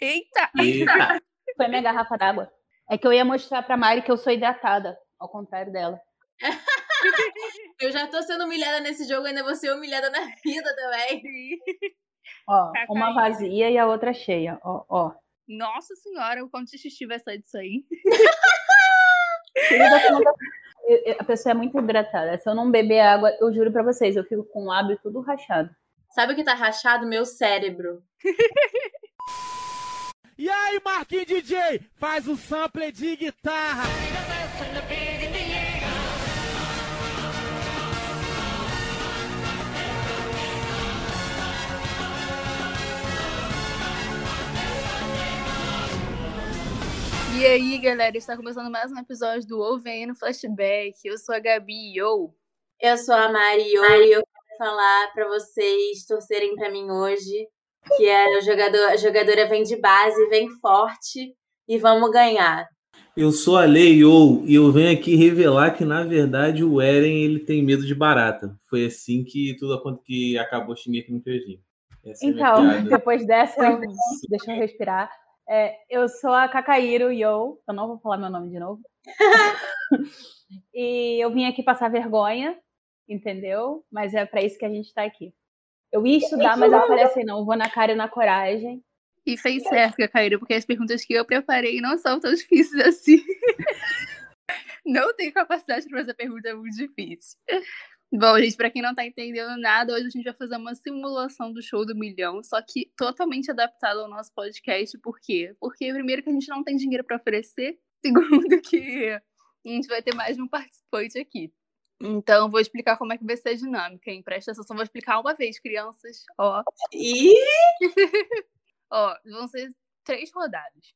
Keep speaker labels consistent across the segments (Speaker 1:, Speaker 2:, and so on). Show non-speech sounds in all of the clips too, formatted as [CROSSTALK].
Speaker 1: Eita!
Speaker 2: Eita.
Speaker 3: Foi minha garrafa d'água. É que eu ia mostrar pra Mari que eu sou hidratada, ao contrário dela.
Speaker 4: Eu já tô sendo humilhada nesse jogo, ainda vou ser humilhada na [LAUGHS] vida também.
Speaker 3: Ó,
Speaker 1: Tá caindo.
Speaker 3: uma vazia e a outra cheia. Ó, ó.
Speaker 1: Nossa senhora, o quanto de xixi vai sair disso aí?
Speaker 3: Querida, quando a- eu- eu- a pessoa é muito hidratada. Se eu não beber água, eu juro pra vocês, eu fico com o lábio tudo rachado.
Speaker 4: Sabe o que tá rachado? Meu cérebro.
Speaker 5: E aí, Marquinhos DJ, faz o sample de guitarra.
Speaker 1: E aí, galera, está começando mais um episódio do OVN Flashback. Eu sou a Gabi, yo!
Speaker 4: Eu sou a Mario e eu quero falar pra vocês torcerem pra mim hoje, que é o jogador, a jogadora vem de base, vem forte e vamos ganhar.
Speaker 2: Eu sou a Leio e eu venho aqui revelar que, na verdade, o Eren ele tem medo de barata. Foi assim que tudo acon- que acabou Shingeki no Kyojin. Essa é a minha
Speaker 3: Então,
Speaker 2: piada.
Speaker 3: depois dessa, eu- deixa eu respirar. É, eu sou a Kakairo Yo. Eu não vou falar meu nome de novo. e eu vim aqui passar vergonha, entendeu? Mas é pra isso que a gente tá aqui. Eu ia estudar, mas eu falei assim, não, eu vou na cara e na coragem.
Speaker 1: E fez certo, Caíra, porque as perguntas que eu preparei não são tão [LAUGHS] difíceis assim. não tenho capacidade para fazer pergunta muito difícil. Bom, gente, pra quem não tá entendendo nada, hoje a gente vai fazer uma simulação do show do milhão, só que totalmente adaptado ao nosso podcast. Por quê? Porque primeiro que a gente não tem dinheiro pra oferecer, segundo que a gente vai ter mais de um participante aqui. Então, vou explicar como é que vai ser a dinâmica, hein? Presta atenção, vou explicar uma vez, crianças. Ó,
Speaker 4: E
Speaker 1: Ó, vão ser três rodadas.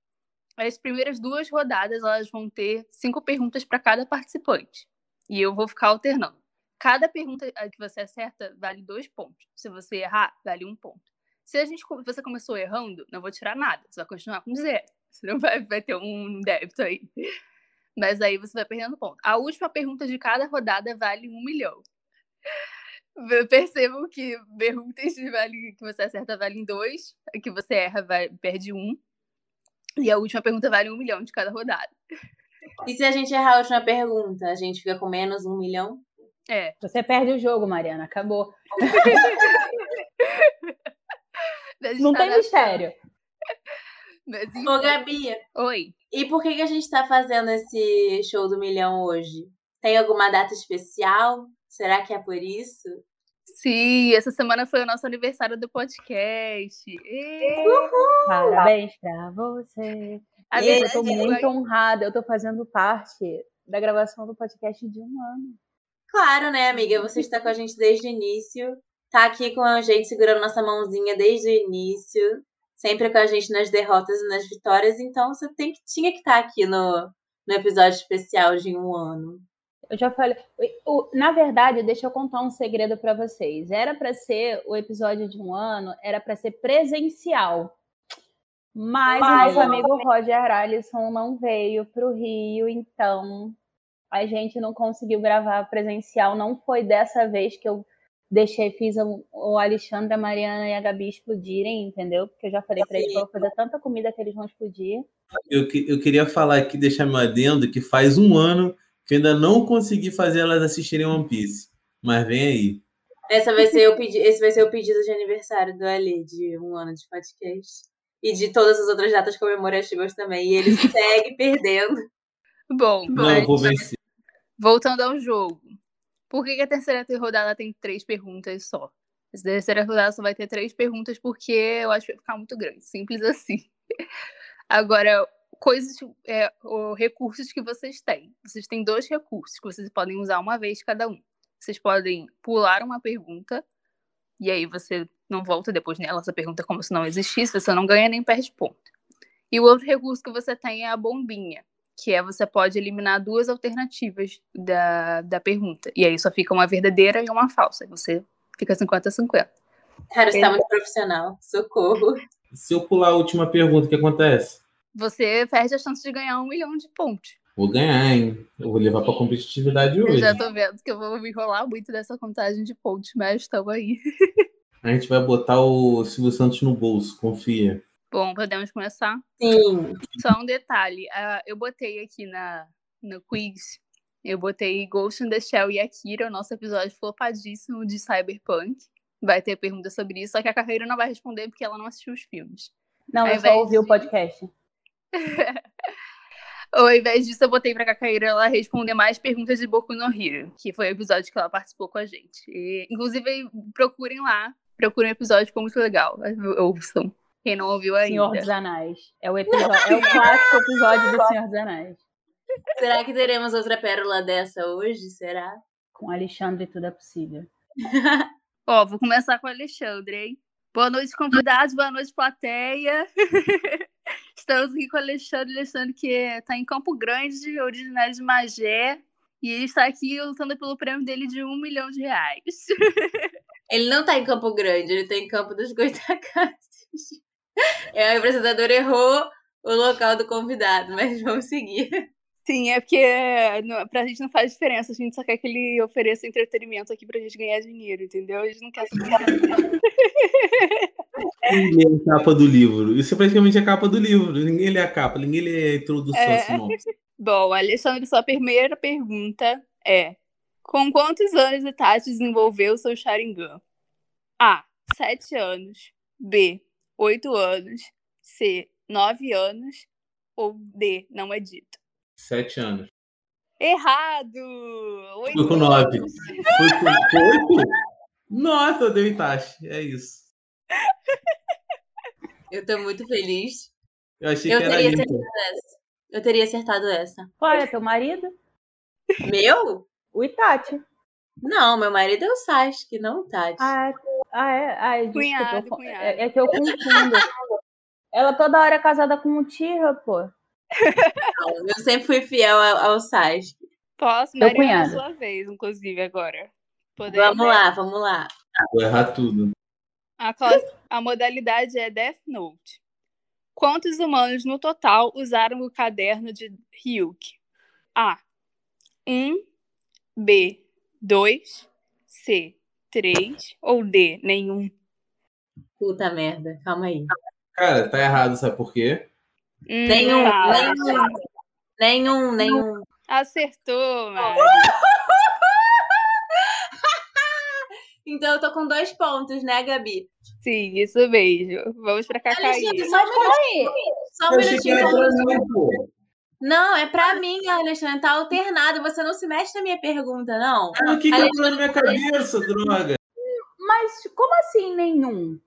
Speaker 1: As primeiras duas rodadas, elas vão ter cinco perguntas para cada participante. E eu vou ficar alternando. Cada pergunta a que você acerta vale dois pontos. Se você errar, vale um ponto. Se a gente, co- você começou errando, não vou tirar nada. Você vai continuar com zero. [LAUGHS] Senão vai, vai ter um débito aí. Mas aí você vai perdendo ponto. A última pergunta de cada rodada vale um milhão. Percebam que perguntas de vale, que você acerta valem dois, a que você erra vai- perde um. E a última pergunta vale um milhão de cada rodada.
Speaker 4: E se a gente errar a última pergunta, a gente fica com menos um milhão?
Speaker 1: É.
Speaker 3: Você perde o jogo, Mariana, acabou.
Speaker 1: A gente
Speaker 3: Não
Speaker 1: tá
Speaker 3: tem
Speaker 1: na-
Speaker 3: mistério.
Speaker 1: mas enfim.
Speaker 4: Ô, Gabi,
Speaker 1: Oi.
Speaker 4: e por que, que a gente tá fazendo esse show do milhão hoje? Tem alguma data especial? Será que é por isso?
Speaker 1: Sim, essa semana foi o nosso aniversário do podcast. Ê!
Speaker 3: Parabéns pra você.
Speaker 1: A
Speaker 4: E aí,
Speaker 3: eu tô
Speaker 1: verdade é que
Speaker 3: muito
Speaker 1: vai-
Speaker 3: honrada, eu tô fazendo parte da gravação do podcast de um ano.
Speaker 4: Claro, né, amiga? Você está com a gente desde o início. Tá aqui com a gente, segurando nossa mãozinha desde o início. Sempre com a gente nas derrotas e nas vitórias. Então, você tem que, tinha que estar aqui no, no episódio especial de um ano.
Speaker 3: Eu já falei. o- o- na verdade, deixa eu contar um segredo pra vocês. Era pra ser o episódio de um ano, era pra ser presencial. Mas o
Speaker 4: Mas-
Speaker 3: nosso amigo Roger Alisson não veio pro Rio, então a gente não conseguiu gravar presencial. Não foi dessa vez que eu deixei, fiz o, o Alexandre, a Mariana e a Gabi explodirem, entendeu? Porque eu já falei pra eles que eu vou fazer tanta comida que eles vão explodir.
Speaker 2: Eu, que- eu queria falar aqui, deixar meu adendo, que faz um ano que eu ainda não consegui fazer elas assistirem One Piece. Mas vem aí.
Speaker 4: Essa vai ser o pedi- esse vai ser o pedido de aniversário do Ali, de um ano de podcast. E de todas as outras datas comemorativas também. E [LAUGHS] ele segue perdendo.
Speaker 1: Bom,
Speaker 2: Não, eu
Speaker 1: mas-
Speaker 2: vou vencer.
Speaker 1: voltando ao jogo. Por que, que a terceira rodada tem três perguntas só? Essa terceira rodada só vai ter três perguntas porque eu acho que vai ficar muito grande. Simples assim. [LAUGHS] Agora, coisas, é, o- recursos que vocês têm. Vocês têm dois recursos que vocês podem usar uma vez cada um. Vocês podem pular uma pergunta e aí você não volta depois nela. Essa pergunta é como se não existisse. Você não ganha nem perde ponto. E o outro recurso que você tem é a bombinha que é você pode eliminar duas alternativas da, da pergunta. E aí só fica uma verdadeira e uma falsa. Você fica 50-50.
Speaker 4: Cara, você tá muito profissional. Socorro.
Speaker 2: Se eu pular a última pergunta, o que acontece?
Speaker 1: Você perde a chance de ganhar um milhão de pontos.
Speaker 2: Vou ganhar, hein? Eu vou levar pra competitividade
Speaker 1: Eu
Speaker 2: hoje.
Speaker 1: já tô vendo que eu vou me enrolar muito dessa contagem de pontos, mas estamos aí. [LAUGHS]
Speaker 2: A gente vai botar o Silvio Santos no bolso, confia.
Speaker 1: Bom, podemos começar?
Speaker 4: Sim.
Speaker 1: Só um detalhe, ah, eu botei aqui na, no quiz, eu botei Ghost in the Shell e Akira, o nosso episódio flopadíssimo de Cyberpunk. Vai ter pergunta sobre isso, só que a carreira não vai responder porque ela não assistiu os filmes.
Speaker 3: Não,
Speaker 1: Ao
Speaker 3: eu só
Speaker 1: invés
Speaker 3: ouvi o
Speaker 1: de-
Speaker 3: podcast.
Speaker 1: Ao invés disso, eu botei pra Cacaíra ela responder mais perguntas de Boku no Hero, que foi o episódio que ela participou com a gente. E, inclusive, procurem lá, procurem o episódio, ficou muito legal. Ouçam, quem não ouviu
Speaker 3: Senhor
Speaker 1: ainda.
Speaker 3: dos Anéis. É o, episódio, é o clássico episódio do Senhor dos Anéis.
Speaker 4: Será que teremos outra pérola dessa hoje? Será?
Speaker 3: Com Alexandre tudo é possível.
Speaker 1: Ó, vou começar com o Alexandre, hein? Boa noite, convidados, boa noite, plateia. [LAUGHS] Estamos aqui com o Alexandre, Alexandre que está em Campo Grande, originário de Magé, e ele está aqui lutando pelo prêmio dele de um milhão de reais.
Speaker 4: Ele não tá em Campo Grande, ele tá em Campo dos Goitacazes. [LAUGHS] É, o apresentador errou o local do convidado, mas [LAUGHS] vamos seguir.
Speaker 1: Sim, é porque não, pra gente não faz diferença, a gente só quer que ele ofereça entretenimento aqui pra gente ganhar dinheiro, entendeu? A gente não quer saber.
Speaker 2: Ninguém lê a capa do livro. Isso é praticamente a capa do livro. Ninguém lê a capa, ninguém lê a introdução,
Speaker 1: É.
Speaker 2: Simão.
Speaker 1: Bom, Alexandre, sua primeira pergunta é: Com quantos anos a Tati desenvolveu seu Sharingan? A. 7 anos. B. 8 anos. C. 9 anos. Ou D. Não é dito.
Speaker 2: Sete anos.
Speaker 1: Errado!
Speaker 2: Fui
Speaker 1: Oito
Speaker 2: com nove.
Speaker 1: anos.
Speaker 2: Foi com oito? Nossa, eu dei em taxa. É isso.
Speaker 4: Eu tô muito feliz.
Speaker 2: Eu achei
Speaker 4: Eu
Speaker 2: que era
Speaker 4: teria
Speaker 2: limpa.
Speaker 4: Eu teria acertado essa.
Speaker 3: Olha, é teu marido,
Speaker 4: Meu?
Speaker 3: o Itati.
Speaker 4: Não, meu marido é o Sasuke, não o Tati.
Speaker 3: Ah, ah, é, ah, é, desculpa,
Speaker 1: Cunhado,
Speaker 3: eu con-
Speaker 1: cunhado.
Speaker 3: É, é que eu confundo. Ela toda hora é casada com o Tira, pô.
Speaker 4: Não, eu sempre fui fiel ao, ao Sasuke.
Speaker 1: Posso,
Speaker 3: Meu
Speaker 1: Mariana,
Speaker 3: cunhado.
Speaker 1: sua vez, inclusive, agora. Podemos.
Speaker 4: Vamos lá, vamos lá.
Speaker 2: Vou errar tudo.
Speaker 1: A, classe- a modalidade é Death Note. Quantos humanos no total usaram o caderno de Ryuk? A. 1. B. 2. C. 3. Ou D. Nenhum.
Speaker 4: Puta merda, calma aí.
Speaker 2: Cara, tá errado, sabe por quê?
Speaker 1: Hum,
Speaker 4: Nenhum,
Speaker 1: Mari.
Speaker 4: nenhum, nenhum, nenhum.
Speaker 1: Acertou, Mari.
Speaker 4: Então eu tô com dois pontos, né, Gabi?
Speaker 1: Sim, isso mesmo. Vamos pra Cacaí.
Speaker 4: Alexandre, só um minutinho,
Speaker 3: Aí,
Speaker 4: só um
Speaker 2: Eu achei que era
Speaker 4: minutinho.
Speaker 2: pra mim, pô.
Speaker 4: Não, é pra mim, Alexandre, tá alternado. Você não se mexe na minha pergunta, não.
Speaker 2: Ah, o que que eu tô na minha cabeça, droga?
Speaker 3: mas como assim nenhum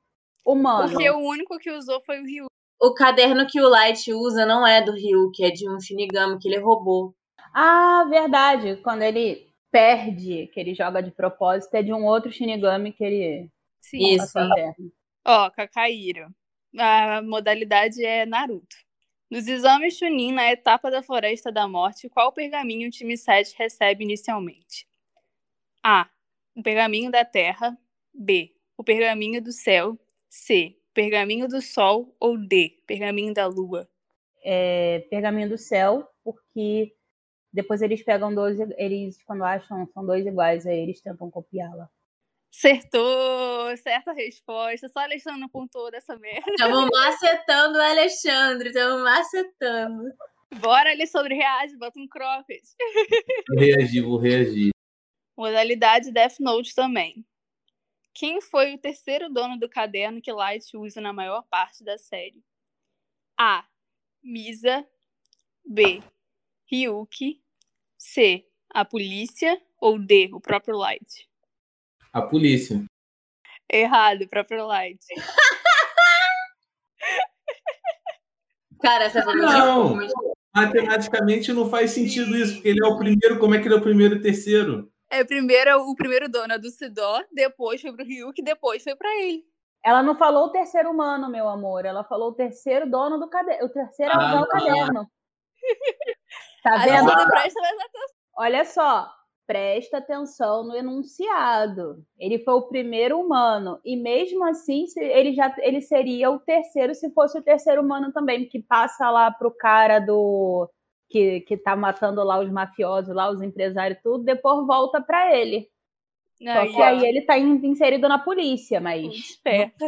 Speaker 3: humano?
Speaker 1: Porque o único que usou foi o Ryuk.
Speaker 4: O caderno que o Light usa não é do Ryu, que é de um Shinigami que ele roubou.
Speaker 3: Ah, verdade. Quando ele perde, que ele joga de propósito, é de um outro Shinigami que ele
Speaker 1: Sim.
Speaker 4: Isso.
Speaker 3: passou a terra.
Speaker 1: Ó, Cacaíra. A modalidade é Naruto. Nos exames Chunin, na etapa da Floresta da Morte, qual pergaminho o time 7 recebe inicialmente? A. O pergaminho da Terra. B. O pergaminho do Céu. C. O pergaminho do Sol. Ou D. Pergaminho da Lua.
Speaker 3: É, Pergaminho do Céu, porque depois eles pegam dois, eles quando acham são dois iguais, aí eles tentam copiá-la.
Speaker 1: Acertou! Certa resposta. Só Alexandre não pontuou dessa merda.
Speaker 4: Estamos macetando o Alexandre, estamos macetando.
Speaker 1: Bora, Alexandre, reage. Bota um croquet.
Speaker 2: Vou reagir, vou reagir.
Speaker 1: Modalidade Death Note também. Quem foi o terceiro dono do caderno que Light usa na maior parte da série? A. Misa. B. Ryuki. C. A polícia. Ou D. O próprio Light.
Speaker 2: A polícia.
Speaker 1: Errado, o próprio Light.
Speaker 4: Cara, essa foi muito
Speaker 2: Não.
Speaker 4: difícil.
Speaker 2: Matematicamente não faz sentido isso, porque ele é o primeiro. Como é que ele é o primeiro e o terceiro?
Speaker 1: É, primeiro, o primeiro dono é do Sidó, depois foi pro Ryuki, depois foi pra ele.
Speaker 3: Ela não falou o terceiro humano, meu amor. Ela falou o terceiro dono do caderno. O terceiro a usar
Speaker 2: Ah,
Speaker 3: o caderno. Tá vendo?
Speaker 1: Alexandre presta mais atenção.
Speaker 3: Olha só, presta atenção no enunciado. Ele foi o primeiro humano e mesmo assim se- ele já ele seria o terceiro se fosse o terceiro humano também, que passa lá pro cara do que, que tá matando lá os mafiosos, lá os empresários e tudo, depois volta pra ele. Só que é
Speaker 1: ó,
Speaker 3: aí ele tá in- inserido na polícia, mas
Speaker 1: esperto.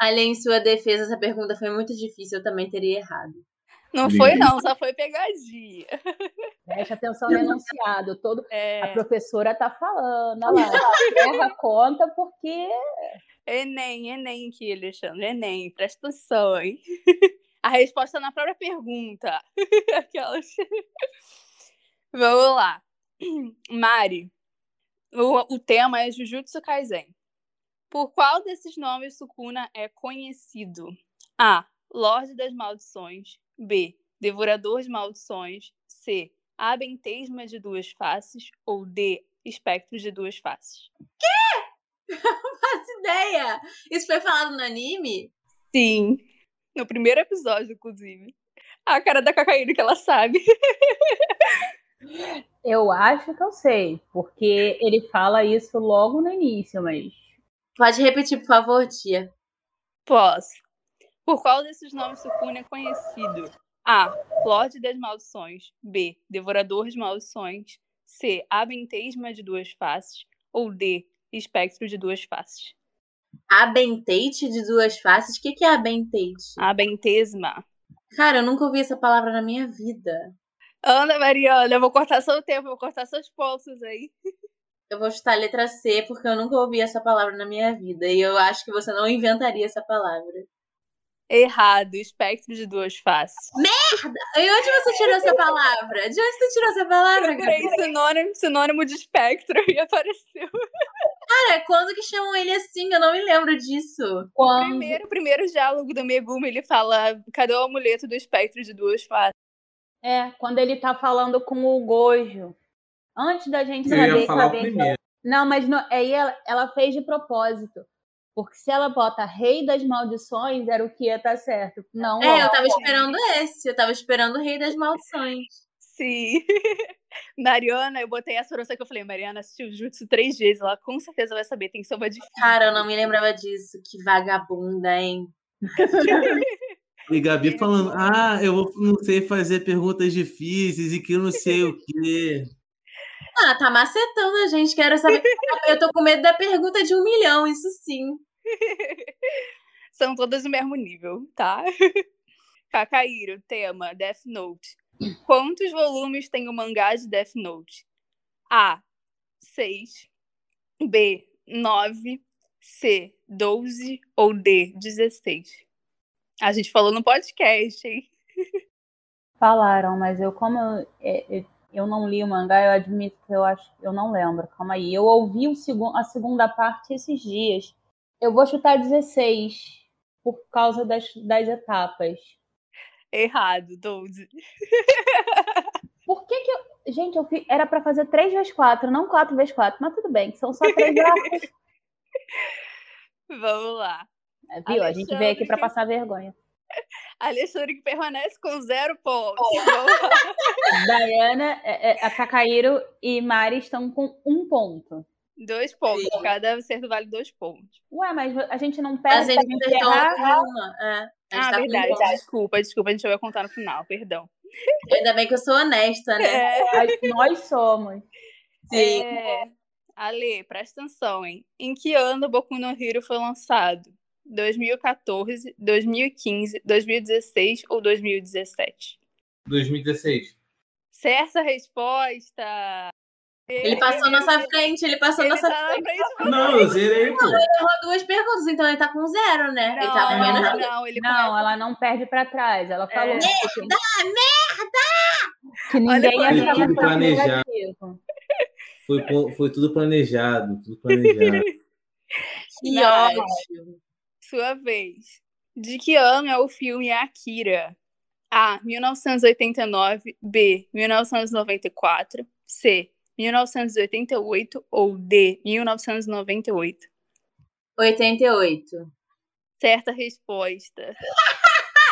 Speaker 4: Além, em sua defesa, essa pergunta foi muito difícil, eu também teria errado.
Speaker 1: Não foi, não, só foi pegadinha.
Speaker 3: Preste atenção no enunciado. Todo... A
Speaker 1: É,
Speaker 3: professora tá falando. Olha
Speaker 1: [LAUGHS]
Speaker 3: lá, ela erra a conta porque
Speaker 1: Enem, Enem aqui, Alexandre, Enem, presta atenção, hein? [LAUGHS] A resposta na própria pergunta. [LAUGHS] Aquelas. Vamos lá. [CLEARS THROAT] Mari, o, o tema é Jujutsu Kaisen. Por qual desses nomes Sukuna é conhecido? A. Lorde das Maldições. B. Devorador de Maldições. C. A Bentesma de Duas Faces. Ou D. Espectro de Duas Faces.
Speaker 4: Faço ideia! Isso foi falado no anime?
Speaker 1: Sim. No primeiro episódio, inclusive. A cara da Cacaína que ela sabe. [LAUGHS]
Speaker 3: eu acho que eu sei. Porque ele fala isso logo no início, mas.
Speaker 4: Pode repetir, por favor, tia.
Speaker 1: Posso. Por qual desses nomes Sukuna é conhecido? A. Lorde das Maldições. B. Devorador de Maldições. C. Abentesma de Duas Faces. Ou D. Espectro de Duas Faces.
Speaker 4: A Bentate de duas faces? O que, que é a Bentate?
Speaker 1: Abentesma.
Speaker 4: Cara, eu nunca ouvi essa palavra na minha vida.
Speaker 1: Ana Mariana, eu vou cortar seu tempo, eu vou cortar seus pontos aí.
Speaker 4: Eu vou chutar a letra C, porque eu nunca ouvi essa palavra na minha vida. E eu acho que você não inventaria essa palavra.
Speaker 1: Errado. Espectro de Duas Faces.
Speaker 4: E onde você tirou essa palavra? De onde você tirou essa palavra,
Speaker 1: Procurei
Speaker 4: Gabi?
Speaker 1: sinônimo, sinônimo de espectro [LAUGHS] e apareceu.
Speaker 4: Cara, É, quando que chamam ele assim? Eu não me lembro disso.
Speaker 3: Quando...
Speaker 1: Primeiro, o primeiro diálogo do Megumi, ele fala: cadê o amuleto do espectro de duas faces?
Speaker 3: É, quando ele tá falando com o Gojo. Antes da gente
Speaker 2: Eu ia
Speaker 3: saber,
Speaker 2: falar
Speaker 3: saber
Speaker 2: primeiro.
Speaker 3: Não, mas não- aí ela, ela fez de propósito. Porque se ela bota rei das maldições, era o que ia estar certo. Não,
Speaker 4: É,
Speaker 3: ó,
Speaker 4: eu tava esperando esse. Eu tava esperando o Rei das Maldições.
Speaker 1: Sim. [LAUGHS] Mariana, eu botei essa pra você que eu falei: Mariana assistiu Jutsu três vezes, ela com certeza vai saber, tem soba de
Speaker 4: Cara, eu não me lembrava disso. Que vagabunda, hein?
Speaker 2: E Gabi falando, ah, eu vou- não sei fazer perguntas difíceis e que eu não sei o quê.
Speaker 4: Ah, tá macetando a gente. Quero saber. Eu tô com medo da pergunta de um milhão, isso sim.
Speaker 1: São todas do mesmo nível, tá? [LAUGHS] Kakairo, tema Death Note. Quantos volumes tem o mangá de Death Note? A. 6. B. 9. C. 12. Ou D. 16. A gente falou no podcast, hein?
Speaker 3: Falaram, mas eu, como eu, é, é, eu não li o mangá, eu admito que eu acho eu não lembro. Calma aí. Eu ouvi o segun- a segunda parte esses dias. Eu vou chutar 16 por causa das, das etapas.
Speaker 1: Errado, 12.
Speaker 3: Por que que eu. Gente, eu fi- era pra fazer 3 vezes 4, não 4 vezes 4, mas tudo bem, que são só 3 gráficos.
Speaker 1: Vamos lá.
Speaker 3: É, Viu? A gente veio aqui pra passar vergonha.
Speaker 1: Alexandre que permanece com zero pontos. Vamos lá.
Speaker 3: Diana, é, é, a Cacaíro e Mari estão com um ponto.
Speaker 1: Dois pontos. Cada acerto vale dois pontos.
Speaker 3: Ué, mas a gente não
Speaker 4: A
Speaker 3: perde.
Speaker 4: gente
Speaker 3: pra gente
Speaker 4: acertou
Speaker 3: errar?
Speaker 4: uma. É. A gente
Speaker 1: é Ah,
Speaker 4: tá com
Speaker 1: verdade.
Speaker 4: um ponto.
Speaker 1: Desculpa, desculpa. A gente vai contar no final, perdão.
Speaker 4: Ainda bem que eu sou honesta, né?
Speaker 1: É.
Speaker 3: A- Nós somos.
Speaker 4: Sim.
Speaker 1: É. Ale, presta atenção, hein? Em que ano Boku no Hero foi lançado? 2014, 2015, 2016 ou 2017?
Speaker 2: 2016.
Speaker 1: Certa é resposta!
Speaker 4: Ele passou na nossa frente, ele passou
Speaker 1: Ele
Speaker 4: na nossa
Speaker 1: tá na
Speaker 4: frente.
Speaker 1: frente de você.
Speaker 2: Não, eu zerei, pô.
Speaker 4: Errou duas perguntas, então ele tá com zero, né? ele tá com menos.
Speaker 1: Não, não, ele
Speaker 3: Não,
Speaker 1: começa-
Speaker 3: ela não perde pra trás. Ela falou
Speaker 1: É.
Speaker 3: que, que ninguém
Speaker 1: Olha,
Speaker 3: achava tão
Speaker 2: Tudo planejado.
Speaker 3: negativo.
Speaker 2: Foi, pô- foi tudo planejado, tudo planejado.
Speaker 4: Que
Speaker 1: Não.
Speaker 4: ódio.
Speaker 1: Sua vez. De que ano é o filme Akira? A. 1989. B. 1994. C. 1988 ou D. 1998?
Speaker 4: 88.
Speaker 1: Certa resposta.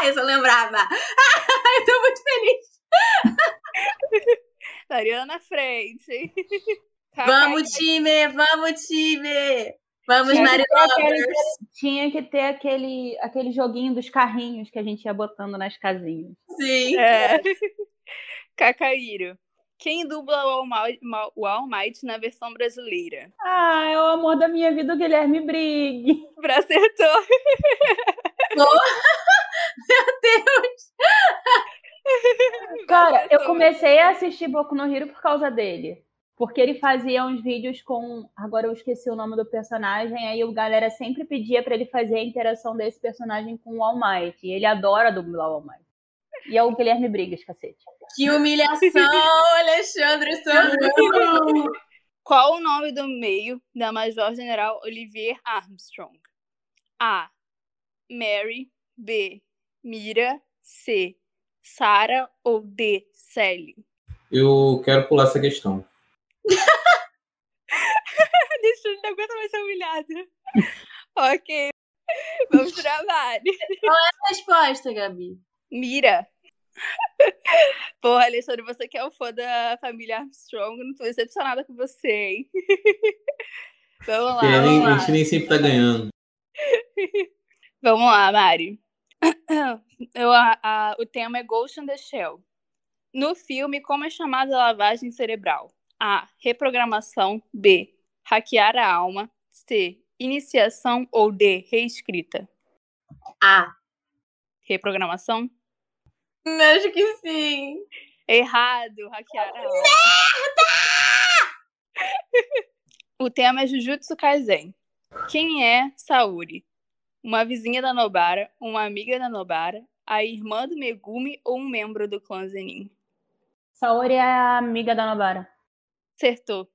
Speaker 4: Ah, eu só lembrava. [LAUGHS] Ah, eu tô muito feliz.
Speaker 1: Estaria na [LAUGHS] frente. Tá
Speaker 4: Vamos, time! Vamos, time! Vamos,
Speaker 3: Tinha que
Speaker 4: Mario
Speaker 3: ter aquele-
Speaker 4: Lovers.
Speaker 3: Tinha que ter aquele, aquele joguinho dos
Speaker 1: [LAUGHS]
Speaker 3: carrinhos que a gente ia botando nas casinhas.
Speaker 4: Sim.
Speaker 1: É. Cacaíro. É. Quem dubla o All Might, Ma- o All Might na versão brasileira?
Speaker 3: Ah, é o amor da minha vida, o Guilherme Briggs.
Speaker 1: Pra
Speaker 3: [LAUGHS]
Speaker 1: acertou.
Speaker 3: Cara,
Speaker 1: Então,
Speaker 3: eu comecei a assistir Boku no Hero por causa dele. Porque ele fazia uns vídeos com. Agora eu esqueci o nome do personagem. Aí o galera sempre pedia pra ele fazer a interação desse personagem com o All Might. E ele adora dublar o All Might. E é o Guilherme Briggs, cacete.
Speaker 4: Que humilhação, Alexandre Sandrão!
Speaker 1: Qual o nome do meio da Major General Olivier Armstrong? A. Mary. B. Mira. C. Sarah ou D. Sally? [LAUGHS]
Speaker 2: Eu quero pular essa questão.
Speaker 1: Deixa eu não aguento mais ser humilhada. [LAUGHS] ok. Vamos trabalho.
Speaker 4: Resposta, Gabi.
Speaker 1: Mira. [LAUGHS] Porra, Alexandre, você que é o fã da família Armstrong, não tô decepcionada com você, hein? [LAUGHS] vamos lá,
Speaker 2: Porque nem-
Speaker 1: vamos
Speaker 2: a
Speaker 1: lá.
Speaker 2: gente nem sempre tá ganhando.
Speaker 1: Vamos lá, Mari. [CLEARS THROAT] Eu, a- a- o tema é Ghost in the Shell. No filme, como é chamada a lavagem cerebral? A. Reprogramação. B. Hackear a alma. C. Iniciação ou D. Reescrita.
Speaker 4: Ah, hum,
Speaker 1: Reprogramação?
Speaker 4: acho que sim.
Speaker 1: Errado, hackear a alma. O tema é Jujutsu Kaisen. Quem é Saori? Uma vizinha da Nobara, uma amiga da Nobara, a irmã do Megumi ou um membro do clã Zenin?
Speaker 3: Saori é a amiga da Nobara.
Speaker 1: Acertou.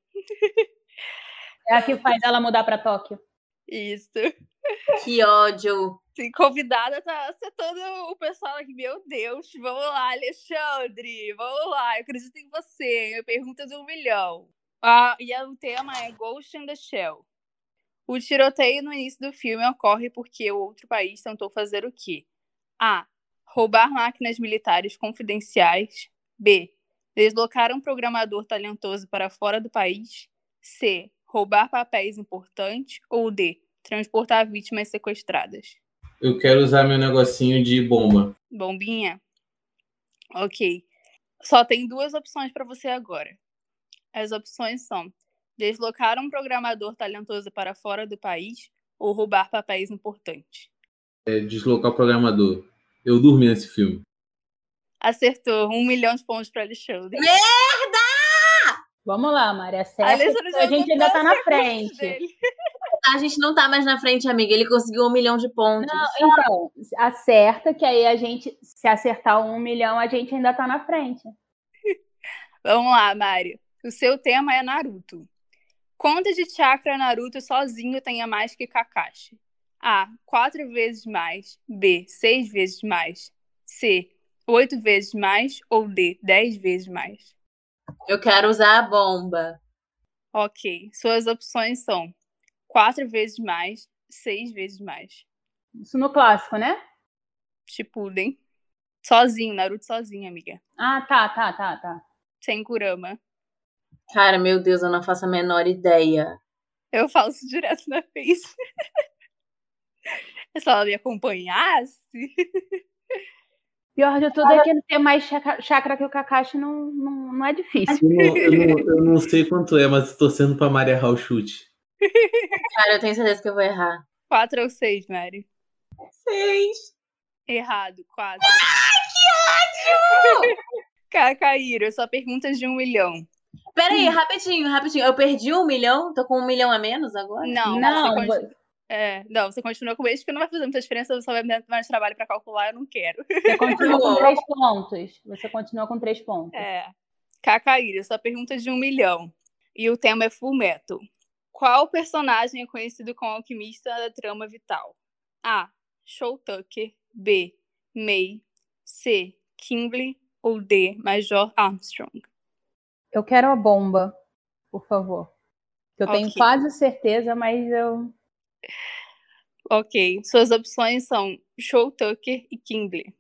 Speaker 3: É a que faz ela mudar pra Tóquio.
Speaker 1: Isso.
Speaker 4: Que ódio.
Speaker 1: Sim, convidada tá acertando o pessoal aqui. Meu Deus, vamos lá, Alexandre. Vamos lá, eu acredito em você. Minha pergunta de um milhão. Ah, e o tema é Ghost in the Shell. O tiroteio no início do filme ocorre porque o outro país tentou fazer o quê? A. Roubar máquinas militares confidenciais. B. Deslocar um programador talentoso para fora do país. C. Roubar papéis importantes. Ou D. Transportar vítimas sequestradas.
Speaker 2: Eu quero usar meu negocinho de bomba.
Speaker 1: Bombinha? Ok. Só tem duas opções para você agora. As opções são deslocar um programador talentoso para fora do país ou roubar papéis importantes.
Speaker 2: É, deslocar o programador. Eu dormi nesse filme.
Speaker 1: Acertou. Um milhão de pontos para Alexandre.
Speaker 3: Vamos lá, Mari. Acerta,
Speaker 1: Alexandre
Speaker 3: que a gente ainda tá na frente.
Speaker 1: frente.
Speaker 4: A gente não tá mais na frente, amiga. Ele conseguiu um milhão de pontos.
Speaker 3: Não, então, acerta, que aí a gente, se acertar um milhão, a gente ainda tá na frente.
Speaker 1: Vamos lá, Mário. O seu tema é Naruto. Quanto de chakra Naruto sozinho tem a mais que Kakashi? A. Quatro vezes mais. B. Seis vezes mais. C. Oito vezes mais. Ou D. Dez vezes mais.
Speaker 4: Eu quero usar a bomba.
Speaker 1: Ok. Suas opções são quatro vezes mais, seis vezes mais.
Speaker 3: Isso no clássico, né?
Speaker 1: Shippuden. Sozinho, Naruto sozinho, amiga.
Speaker 3: Ah, tá, tá, tá, tá.
Speaker 1: Sem Kurama.
Speaker 4: Cara, meu Deus, eu não faço a menor ideia.
Speaker 1: Eu falo isso direto na face. [LAUGHS] Se ela me acompanhasse.
Speaker 3: Pior de tudo é que ter mais chaca- chakra que o Kakashi não, não, não é difícil.
Speaker 2: Eu não, eu não- eu não sei quanto é, mas tô torcendo pra Maria errar o chute.
Speaker 4: Cara, eu tenho certeza que eu vou errar.
Speaker 1: Quatro ou seis, Mary?
Speaker 4: Seis.
Speaker 1: Errado, quatro. [LAUGHS] Ai, que ódio! Caíram, só perguntas de um milhão.
Speaker 4: Pera aí, rapidinho, rapidinho. Eu perdi um milhão? Tô com um milhão a menos agora?
Speaker 1: Não, você
Speaker 3: Não,
Speaker 1: continua... É, não, você continua com isso, porque não vai fazer muita diferença, você só vai me dar mais trabalho pra calcular, eu não quero.
Speaker 3: você continua com três pontos. Você continua com três pontos.
Speaker 1: É. Cacaíra, só perguntas de um milhão. E o tema é Full Metal. Qual personagem é conhecido como alquimista da trama vital? A. Show Tucker. B. May. C. Kimberly. Ou D. Major Armstrong.
Speaker 3: Eu quero a bomba, por favor. Eu tenho
Speaker 1: Ok.
Speaker 3: quase certeza, mas eu.
Speaker 1: Ok. Suas opções são Show Tucker e Kimberly.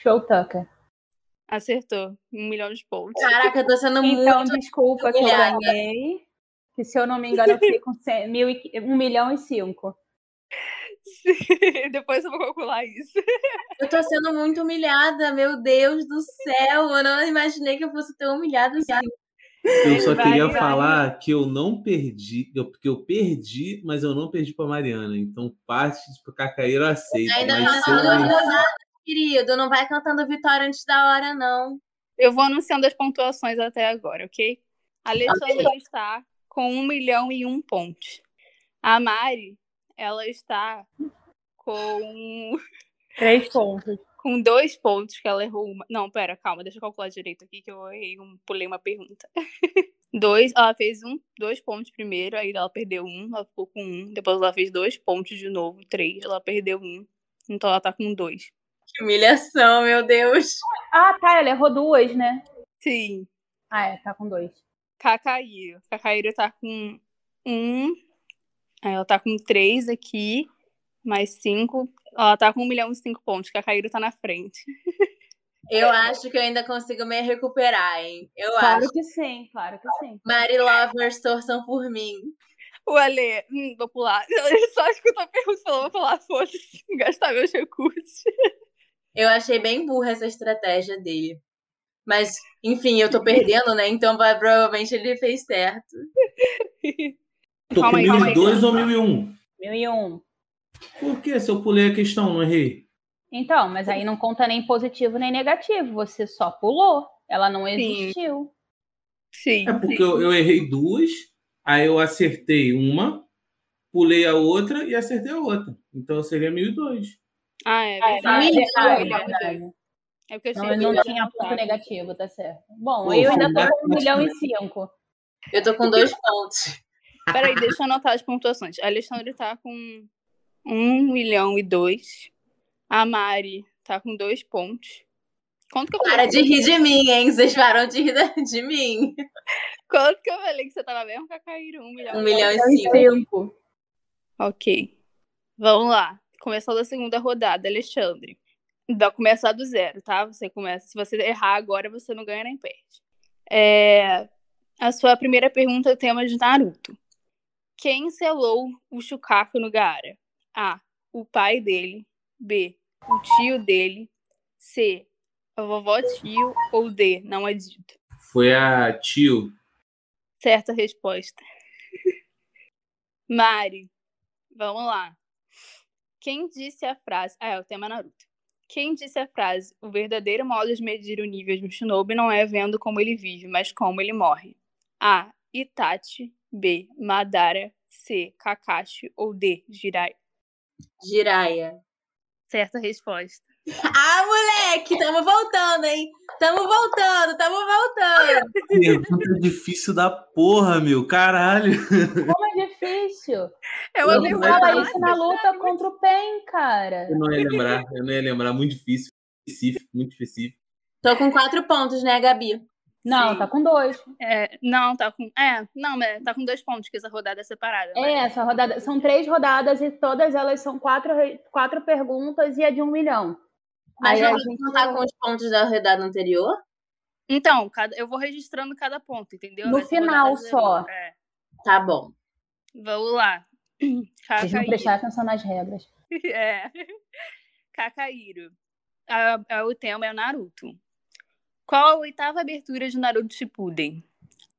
Speaker 3: Show Tucker.
Speaker 1: Acertou. Um milhão de pontos.
Speaker 4: Caraca, eu tô sendo
Speaker 3: Então,
Speaker 4: muito.
Speaker 3: desculpa que eu
Speaker 4: humilhada.
Speaker 3: ganhei. Que se eu não me engano, eu fiquei com cem- mil e qui- um milhão e cinco.
Speaker 1: [LAUGHS] Depois eu vou calcular isso.
Speaker 4: Eu tô sendo muito humilhada, meu Deus do céu. Eu não imaginei que eu fosse tão humilhada assim.
Speaker 2: Eu só
Speaker 1: Vai,
Speaker 2: queria
Speaker 1: vai.
Speaker 2: falar que eu não perdi, eu, porque eu perdi, mas eu não perdi pra Mariana. Então, parte de Cacaíra aceita.
Speaker 4: Ainda não,
Speaker 2: Mas se eu
Speaker 4: não, não,
Speaker 2: venci-
Speaker 4: não, querido. Não vai cantando vitória antes da hora, não.
Speaker 1: Eu vou anunciando as pontuações até agora, ok? A Alessandra está com 1 milhão e um pontos. A Mari, ela está com,
Speaker 3: Três pontos.
Speaker 1: com dois pontos, que ela errou uma. Não, pera, calma, deixa eu calcular direito aqui, que eu errei, um, pulei uma pergunta. [LAUGHS] Dois, ela fez um, dois pontos primeiro, aí ela perdeu um, ela ficou com um. Depois ela fez dois pontos de novo, três, ela perdeu um. Então ela tá com dois.
Speaker 4: Que humilhação, meu Deus.
Speaker 3: Ah, tá, ela errou duas, né?
Speaker 1: Sim.
Speaker 3: Ah, é, tá com dois.
Speaker 1: Cacaíro. Cacaíro tá com um. Aí Ela tá com três aqui. Mais cinco. Ela tá com um milhão e cinco pontos. Cacaíro tá na frente.
Speaker 4: Eu acho que eu ainda consigo me recuperar, hein? Eu
Speaker 3: Claro
Speaker 4: acho.
Speaker 3: que sim, claro que sim.
Speaker 4: Mari Lovers, torçam por mim.
Speaker 1: O Ale, hum, vou pular. [LAUGHS] Ele só escutou a pergunta e falou: vou pular, foda-se, [LAUGHS] gastar meus recursos. [LAUGHS]
Speaker 4: Eu achei bem burra essa estratégia dele. Mas, enfim, eu tô perdendo, né? Então, vai- provavelmente ele fez certo.
Speaker 2: Tô
Speaker 1: Calma
Speaker 2: com
Speaker 1: aí, calma aí.
Speaker 2: 1002 ou 1001?
Speaker 3: Mil e um.
Speaker 2: Por quê? Se eu pulei a questão, não errei.
Speaker 3: Então, mas aí não conta nem positivo nem negativo. Você só pulou. Ela não existiu.
Speaker 1: Sim.
Speaker 2: É porque eu, eu errei duas, aí eu acertei uma, pulei a outra e acertei a outra. Então seria 1002.
Speaker 1: Ah, é
Speaker 3: Ah,
Speaker 1: verdade.
Speaker 4: é verdade,
Speaker 1: é verdade. É porque eu
Speaker 3: Não,
Speaker 1: achei
Speaker 3: Então, não
Speaker 1: que-
Speaker 3: tinha ponto negativo, tá certo. Bom,
Speaker 2: Pô,
Speaker 3: eu ainda
Speaker 2: filha,
Speaker 3: tô com um
Speaker 2: mas-
Speaker 3: milhão e cinco.
Speaker 4: Eu tô com dois pontos.
Speaker 1: Peraí, deixa eu anotar as pontuações. A Alexandre tá com 1 milhão e 2. A Mari tá com 2 pontos. Quanto que eu falei?
Speaker 4: Para de rir de mim, hein? Vocês param de rir da- de mim.
Speaker 1: Quanto que eu falei que você tava mesmo, Cacaíro? 1 milhão.
Speaker 4: Um milhão e cinco.
Speaker 3: cinco.
Speaker 1: Ok. Vamos lá. Começando a segunda rodada, Alexandre. Vai começar do zero, tá? Você começa. Se você errar agora, você não ganha nem perde. É... A sua primeira pergunta é o tema de Naruto. Quem selou o Shukaku no Gaara? A. O pai dele. B. O tio dele. C. A vovó tio. Ou D. Não é dito.
Speaker 2: Foi a tio.
Speaker 1: Certa resposta. [LAUGHS] Mari, vamos lá. Quem disse a frase. Ah, é o tema Naruto. Quem disse a frase: o verdadeiro modo de medir o nível de um shinobi não é vendo como ele vive, mas como ele morre? A. Itachi. B. Madara. C. Kakashi. Ou D. Jirai.
Speaker 4: Jiraya.
Speaker 1: Certa resposta.
Speaker 4: Ah, moleque! Tamo voltando, hein? Tamo voltando, tamo voltando.
Speaker 2: Pergunta difícil da porra, meu. Caralho.
Speaker 3: Como é difícil.
Speaker 1: É uma
Speaker 2: uma Não,
Speaker 3: Ele
Speaker 2: pergunta
Speaker 1: pergunta
Speaker 3: fala
Speaker 2: mas-
Speaker 3: isso na luta contra o PEN, cara.
Speaker 2: Eu não ia lembrar. Eu não ia lembrar. Muito difícil. Específico, muito específico.
Speaker 4: Tô com quatro pontos, né, Gabi?
Speaker 3: Não,
Speaker 1: Sim.
Speaker 3: tá com dois.
Speaker 1: É, não, tá com. É, não, mas tá com dois pontos, que essa rodada é separada. né?
Speaker 3: É, essa rodada. São três rodadas e todas elas são quatro, re- quatro perguntas e é de um milhão.
Speaker 4: Mas
Speaker 3: Aí a
Speaker 4: não vai
Speaker 3: gente-
Speaker 4: contar com os pontos da rodada anterior?
Speaker 1: Então, cada, eu vou registrando cada ponto, entendeu?
Speaker 3: No
Speaker 1: Essa
Speaker 3: final
Speaker 1: rodada
Speaker 3: só.
Speaker 1: zerou. É.
Speaker 4: Tá bom.
Speaker 1: Vamos lá. [CLEARS THROAT]
Speaker 3: Vocês vão
Speaker 1: Cacaíro.
Speaker 3: prestar atenção nas regras.
Speaker 1: [LAUGHS] É. Cacaíro. A- a- o tema é o Naruto. Qual a oitava abertura de Naruto Shippuden?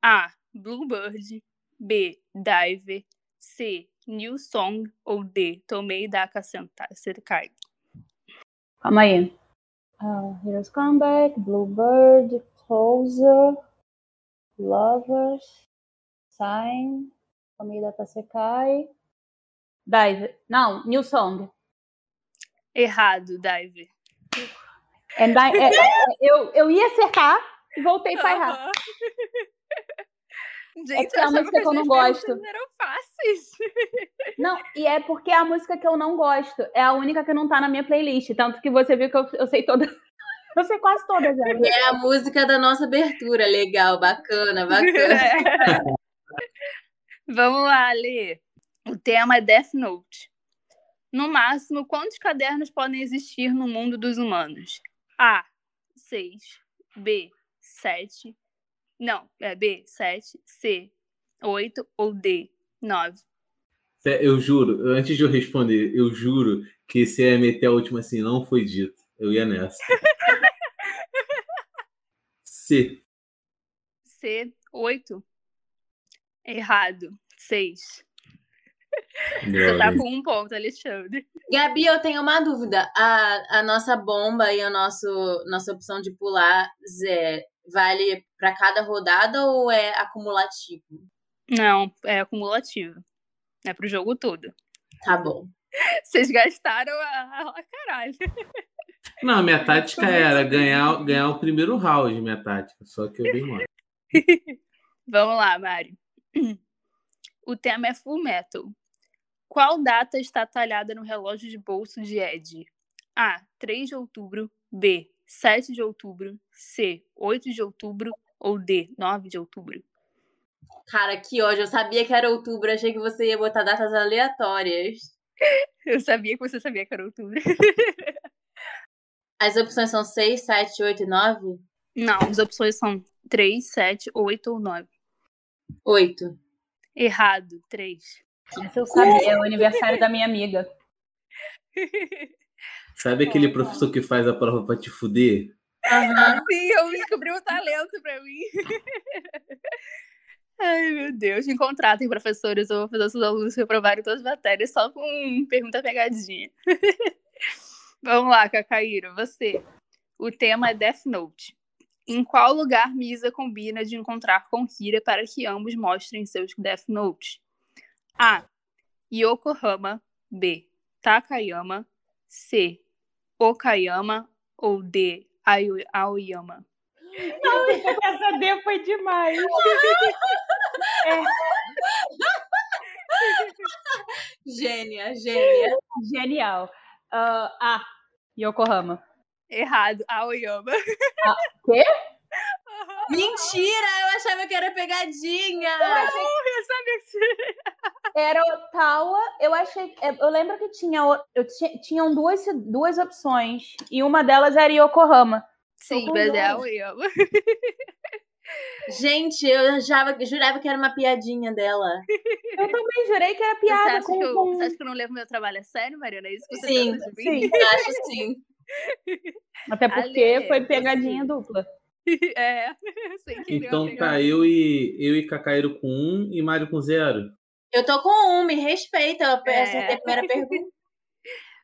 Speaker 1: A. Bluebird. B. Diver. C. New Song. Ou D. Tomei da Senta- Sekai.
Speaker 3: Calma aí. Ah, Heroes Comeback, Bluebird, Closer, Lovers, Sign, Comida pra Sekai. Dive. Não, New Song.
Speaker 1: Errado, Diver.
Speaker 3: É di- é- é- eu, eu ia acertar e voltei pra
Speaker 1: [LAUGHS]
Speaker 3: errar.
Speaker 1: Aham. Gente,
Speaker 3: É porque é uma
Speaker 1: achava
Speaker 3: é música que eu
Speaker 1: as
Speaker 3: não
Speaker 1: perguntas
Speaker 3: gosto.
Speaker 1: eram fáceis.
Speaker 3: Não, e é porque é a música que eu não gosto. É a única que não tá na minha playlist. Tanto que você viu que eu, eu sei todas. [LAUGHS] Eu sei quase todas elas.
Speaker 4: É a música da nossa abertura. Legal, bacana, bacana.
Speaker 1: [LAUGHS] Vamos lá, Lê. O tema é Death Note. No máximo, quantos cadernos podem existir no mundo dos humanos? A. 6. B. 7. Não, é B. 7. C. 8. Ou D. 9.
Speaker 2: Eu juro, antes de eu responder, eu juro que se ia meter a última assim, não foi dito. Eu ia nessa. C.
Speaker 1: C, 8. Errado. 6. Você tá
Speaker 2: Droga.
Speaker 1: com um ponto, Alexandre.
Speaker 4: Gabi, eu tenho uma dúvida. A, a nossa bomba e a nosso, nossa opção de pular Zé, vale pra cada rodada ou é acumulativo?
Speaker 1: Não, é acumulativo. É pro jogo todo.
Speaker 4: Tá bom.
Speaker 1: Vocês gastaram a, a caralho.
Speaker 2: Não, minha tática era ganhar, ganhar o primeiro round, minha tática. Só que eu dei mole.
Speaker 1: Vamos lá, Mari. O tema é Full Metal. Qual data está talhada no relógio de bolso de Ed? A. 3 de outubro. B. 7 de outubro. C. 8 de outubro. Ou D. 9 de outubro.
Speaker 4: Cara, que ódio. Eu sabia que era outubro, achei que você ia botar datas aleatórias.
Speaker 1: Eu sabia que você sabia que era outubro.
Speaker 4: As opções são 6, 7, 8 e 9?
Speaker 1: Não, as opções são 3, 7, 8 ou 9.
Speaker 4: 8.
Speaker 1: Errado, [LAUGHS] 3.
Speaker 3: Essa eu sabia, é o aniversário da minha amiga.
Speaker 2: Sabe aquele professor que faz a prova pra te fuder?
Speaker 1: Sim, eu descobri um talento pra mim. [LAUGHS] Ai, meu Deus. Me contratem, professores. Eu vou fazer seus alunos reprovarem todas as matérias só com pergunta pegadinha. [LAUGHS] Vamos lá, Cacaíra. Você. O tema é Death Note. Em qual lugar Misa combina de encontrar com Kira para que ambos mostrem seus Death Notes? A. Yokohama. B. Takayama. C. Okayama. Ou D. Aoi- Aoyama.
Speaker 3: [LAUGHS] Essa D foi demais.
Speaker 4: Gênia, gênia.
Speaker 3: Genial. Ah, a. Yokohama.
Speaker 1: Errado, Aoyama.
Speaker 4: Mentira, eu achava que era pegadinha.
Speaker 1: [LAUGHS] Eu sabia que você...
Speaker 3: Era Ottawa, eu achei. é, Eu lembro que tinha, o- eu ti- tinham duas, duas opções. E uma delas era Yokohama.
Speaker 1: Sim,
Speaker 3: com
Speaker 1: mas é
Speaker 3: dúvida.
Speaker 1: Aoyama.
Speaker 4: Gente, eu achava, jurava que era uma piadinha dela.
Speaker 3: Eu também jurei que era
Speaker 1: Você
Speaker 3: piada
Speaker 1: acha,
Speaker 3: com.
Speaker 1: que eu,
Speaker 3: com-
Speaker 1: você acha que eu não levo meu trabalho a sério, Mariana? É isso que você
Speaker 4: Sim,
Speaker 1: pensa de mim? [LAUGHS]
Speaker 3: Sim.
Speaker 4: Acho sim.
Speaker 3: Até porque
Speaker 1: Ale,
Speaker 3: foi pegadinha
Speaker 1: você-
Speaker 3: dupla.
Speaker 1: É, sem querer.
Speaker 2: Então
Speaker 1: pegar.
Speaker 2: tá eu e eu e Cacairo com um e Mário com zero.
Speaker 4: Eu tô com um, me respeita. Eu
Speaker 1: É.
Speaker 4: acertei a primeira pergunta.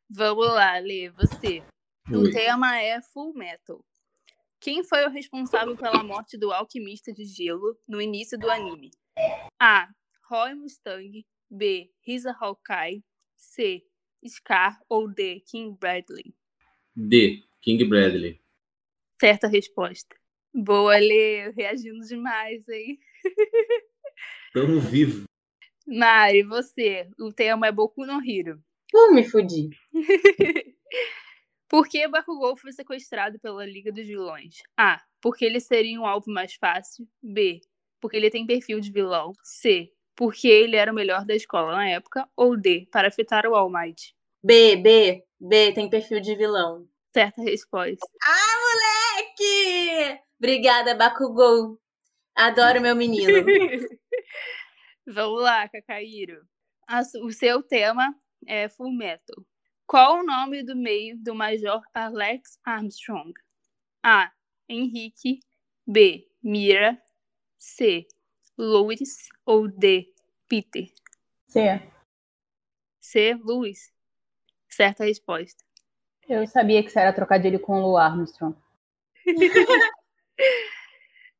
Speaker 1: Vamos lá, Lê, você. O
Speaker 2: Oi.
Speaker 1: tema é Full Metal. Quem foi o responsável pela morte do alquimista de gelo no início do anime? A. Roy Mustang. B. Risa Hawkeye. C. Scar. Ou D. Kim Bradley.
Speaker 2: D. King Bradley.
Speaker 1: Certa resposta. Boa, Lê, reagindo demais, hein?
Speaker 2: Tamo vivo.
Speaker 1: Mari, você, o tema é Boku no Hiro.
Speaker 4: Uh, me fudi.
Speaker 1: Por que Bakugou foi sequestrado pela Liga dos Vilões? A. Porque ele seria um alvo mais fácil. B. Porque ele tem perfil de vilão. C. Porque ele era o melhor da escola na época. Ou D. Para afetar o All Might.
Speaker 4: B, B, B, tem perfil de vilão.
Speaker 1: Certa resposta.
Speaker 4: Aqui! Obrigada, Bakugou. Adoro
Speaker 1: [LAUGHS]
Speaker 4: meu menino.
Speaker 1: Vamos lá, Cacaíro. A su- O seu tema é Full Metal. Qual o nome do meio do Major Alex Armstrong? A. Henrique. B. Mira. C. Louis. Ou D. Peter.
Speaker 3: Sim.
Speaker 1: C. Louis. Certa resposta.
Speaker 3: Eu sabia que isso era trocadilho com o Lu Armstrong.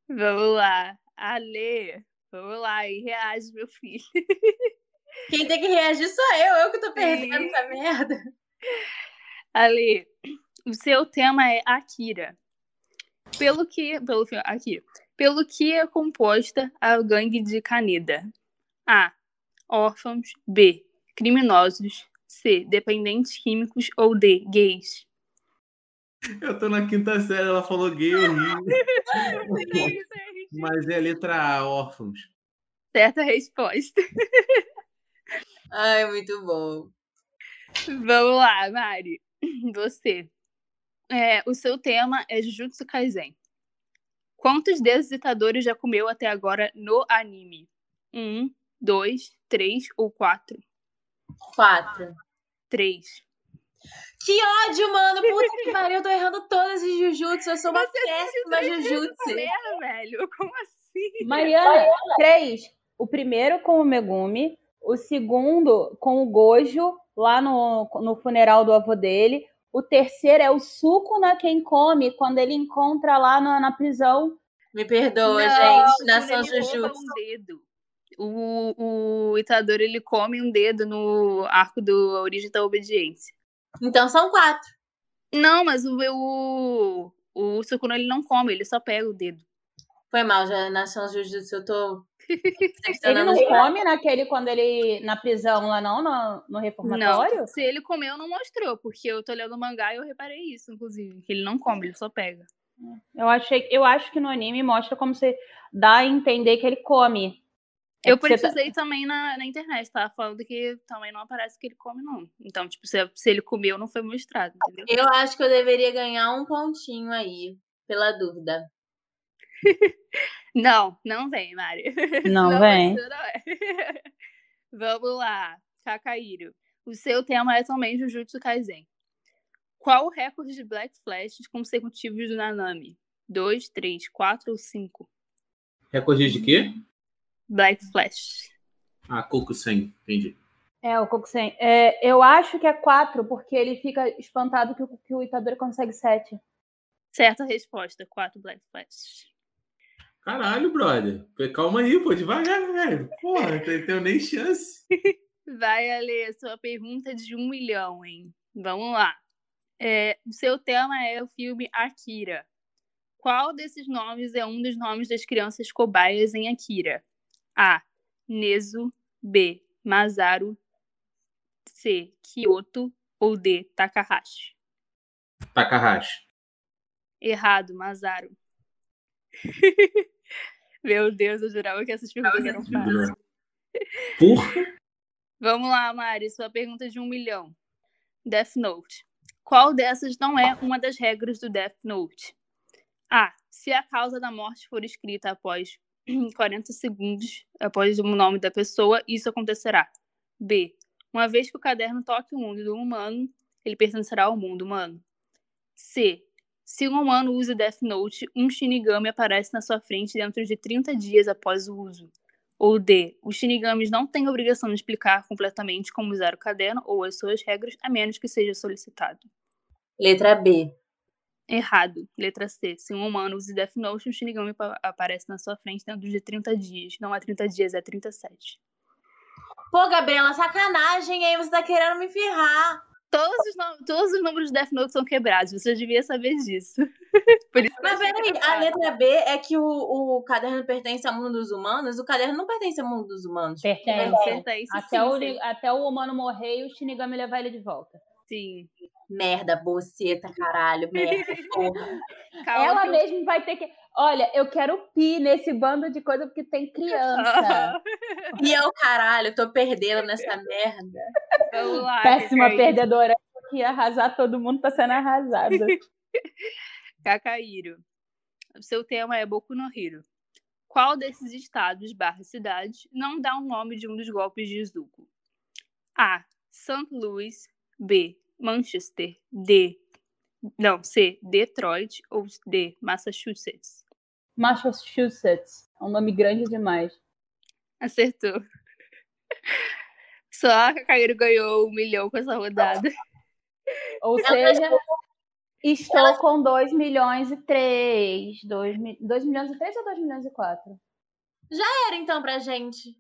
Speaker 1: Vamos lá. Ale. Vamos lá e reage, meu filho.
Speaker 4: Quem tem que reagir sou eu, eu que tô perdendo essa merda.
Speaker 1: Ale, o seu tema é Akira. Pelo que, pelo fi- aqui, pelo que é composta a gangue de Caneda? A. Órfãos. B. Criminosos. C. Dependentes químicos ou D. Gays.
Speaker 2: Eu tô na quinta série, ela falou gay, eu ri. Mas é a letra A, órfãos.
Speaker 1: Certa resposta.
Speaker 4: Ai, muito bom.
Speaker 1: Vamos lá, Mari. [LAUGHS] Você. É, o seu tema é Jujutsu Kaisen. Quantos dedos ditadores já comeu até agora no anime? Um, dois, três ou quatro?
Speaker 4: Quatro.
Speaker 1: Três.
Speaker 4: Que ódio, mano! Puta que pariu, eu tô errando todas as Jujutsu. Eu sou uma
Speaker 1: Você
Speaker 4: péssima
Speaker 1: três vezes
Speaker 4: Jujutsu.
Speaker 1: Pera, velho, [LAUGHS] como assim?
Speaker 3: Mariana, três. O primeiro com o Megumi, o segundo com o Gojo, lá no, no funeral do avô dele. O terceiro é o suco na quem come, quando ele encontra lá na, na prisão.
Speaker 4: Me perdoa,
Speaker 1: Não,
Speaker 4: gente. Nação
Speaker 1: quando ele rouba
Speaker 4: Jujutsu.
Speaker 1: um dedo. O, o Itadori, ele come um dedo no arco do A Origem da Obediência.
Speaker 4: Então são quatro.
Speaker 1: Não, mas o, o, o Sukuna, ele não come, ele só pega o dedo.
Speaker 4: Foi mal, já Nação Jujutsu.
Speaker 1: [LAUGHS]
Speaker 4: Eu tô.
Speaker 3: Ele
Speaker 4: sextanando
Speaker 3: não
Speaker 4: já.
Speaker 3: come naquele quando ele. na prisão lá, não? No, no reformatório?
Speaker 1: Não, se ele comeu, não mostrou, porque eu tô lendo o mangá e eu reparei isso, inclusive. Que ele não come, ele só pega.
Speaker 3: Eu, achei, eu acho que no anime mostra como você dá a entender que ele come. É
Speaker 1: eu
Speaker 3: que você tá-
Speaker 1: precisei também na, na internet, tá? Falando que também não aparece que ele come, não. Então, tipo, se, se ele comeu, não foi mostrado, entendeu?
Speaker 4: Eu acho que eu deveria ganhar um pontinho aí, pela dúvida.
Speaker 1: Não, não vem, Mari. [LAUGHS]
Speaker 3: Não vem.
Speaker 1: você não é. [LAUGHS] Vamos lá, Kakairo. O seu tema é também Jujutsu Kaisen. Qual o recorde de Black Flashes consecutivos do Nanami? Dois, três, quatro ou cinco?
Speaker 2: Recorde de quê?
Speaker 1: Black Flash.
Speaker 2: Ah, Coco 100, entendi.
Speaker 3: É, o Kokusen. É, eu acho que é quatro, porque ele fica espantado que, o- que o Itadori consegue sete.
Speaker 1: Certa resposta, quatro Black Flashes.
Speaker 2: Caralho, brother. Calma aí, pô, devagar, velho. Porra, não tem- tenho nem chance.
Speaker 1: Vai, Ale, sua pergunta de um milhão, hein? Vamos lá. É, o seu tema é o filme Akira. Qual desses nomes é um dos nomes das crianças cobaias em Akira? A. Nezu. B. Masaru. C. Kyoto. Ou D. Takahashi.
Speaker 2: Takahashi.
Speaker 1: Errado, Masaru. [LAUGHS] Meu Deus, eu jurava que essas perguntas eram fáceis.
Speaker 2: né? Porra.
Speaker 1: Vamos lá, Mari, sua pergunta de um milhão. Death Note. Qual dessas não é uma das regras do Death Note? A. Se a causa da morte for escrita após [CLEARS THROAT] 40 segundos após o nome da pessoa, isso acontecerá. B. Uma vez que o caderno toque o mundo do humano, ele pertencerá ao mundo humano. C. Se um humano usa Death Note, um Shinigami aparece na sua frente dentro de 30 dias após o uso. Ou D. Os shinigamis não têm obrigação de explicar completamente como usar o caderno ou as suas regras, a menos que seja solicitado.
Speaker 4: Letra B.
Speaker 1: Errado. Letra C. Se um humano usa Death Note, um shinigami pa- aparece na sua frente dentro de 30 dias. Não é 30 dias, é 37.
Speaker 4: Pô, Gabriela, sacanagem, hein? Você tá querendo me ferrar.
Speaker 1: Todos os, nom- todos os números de Death Note são quebrados. Você devia saber disso. [LAUGHS] Por isso que eu
Speaker 4: Mas
Speaker 1: achei
Speaker 4: peraí, a
Speaker 1: engraçado.
Speaker 4: letra B é que o, o caderno pertence ao mundo dos humanos. O caderno não pertence ao mundo dos humanos.
Speaker 3: Pertence.
Speaker 1: Não, pertence,
Speaker 3: Até
Speaker 1: É, sim,
Speaker 3: o,
Speaker 1: sim,
Speaker 3: até o humano morrer e o Shinigami levar ele de volta.
Speaker 1: sim.
Speaker 4: Merda, boceta, caralho, merda, porra.
Speaker 1: Calma
Speaker 3: Ela é
Speaker 1: que [LAUGHS] eu-
Speaker 3: mesma vai ter que. Olha, eu quero pi nesse bando de coisa porque
Speaker 1: [LAUGHS]
Speaker 3: tem criança.
Speaker 4: E eu, caralho, tô perdendo nessa merda.
Speaker 1: Vamos lá.
Speaker 3: Péssima
Speaker 1: Kakairo.
Speaker 3: perdedora que ia arrasar todo mundo, tá sendo arrasada.
Speaker 1: Kakairo. O seu tema é Boku no Hiro. Qual desses estados barra cidades não dá o nome de um dos golpes de Izuku? A. St. Louis. B. Manchester. D. Não, C. Detroit. Ou D. Massachusetts.
Speaker 3: Massachusetts. É um nome grande demais.
Speaker 1: Acertou. Só a Kakairo ganhou um milhão com essa rodada.
Speaker 3: Ou seja, estou com 2 milhões e 3. 2 milhões e 3 ou 2 milhões e 4?
Speaker 4: Pera então pra gente.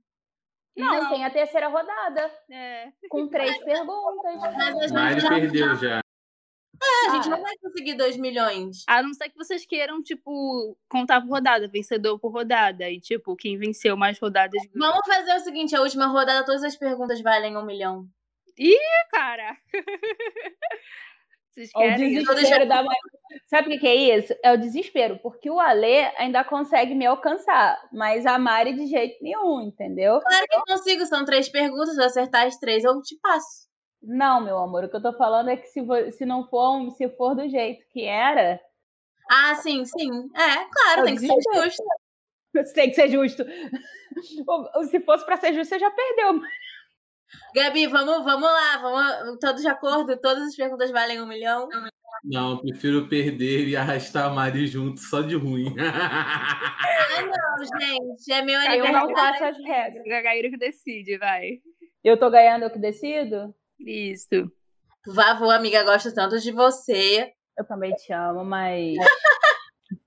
Speaker 3: Não, tem a terceira rodada,
Speaker 1: É.
Speaker 3: com três perguntas.
Speaker 4: Mas a gente,
Speaker 2: Mari
Speaker 4: já- tá.
Speaker 2: perdeu já.
Speaker 4: a gente
Speaker 3: Ah.
Speaker 4: não vai conseguir 2 milhões.
Speaker 1: A não ser que vocês queiram, tipo, contar por rodada, vencedor por rodada. E, tipo, quem venceu mais rodadas ganha.
Speaker 4: Vamos fazer o seguinte, a última rodada, todas as perguntas valem um milhão.
Speaker 1: cara. [LAUGHS] Vocês
Speaker 3: É o
Speaker 1: querem? isso?
Speaker 3: desespero da mãe. [LAUGHS] Sabe o que, que é isso? É o desespero, porque o Alê ainda consegue me alcançar, mas a Mari de jeito nenhum, entendeu?
Speaker 4: Claro que eu consigo, são três perguntas, se eu acertar as três, eu te passo.
Speaker 3: Não, meu amor, o que eu tô falando é que se, vo- se não for, um- se for do jeito que era, [LAUGHS]
Speaker 4: Ah, sim, sim. É, claro,
Speaker 3: Eu
Speaker 4: tem que ser
Speaker 3: desisto.
Speaker 4: justo.
Speaker 3: [LAUGHS] tem que ser justo. Ou- ou se fosse pra ser justo, você já perdeu.
Speaker 4: Gabi, vamos, vamos lá, vamos, todos de acordo? Todas as perguntas valem um milhão?
Speaker 2: Não, eu prefiro perder e arrastar a Mari junto, só de
Speaker 4: [LAUGHS]
Speaker 2: ruim.
Speaker 4: Ah, não, gente, é meu
Speaker 3: Eu não
Speaker 4: aniversário.
Speaker 3: faço as regras.
Speaker 1: Gagaíra que decide, vai.
Speaker 3: Eu tô ganhando, eu que decido?
Speaker 1: Isso.
Speaker 4: Vavô, amiga, gosto tanto de você.
Speaker 3: Eu também te amo, mas [LAUGHS]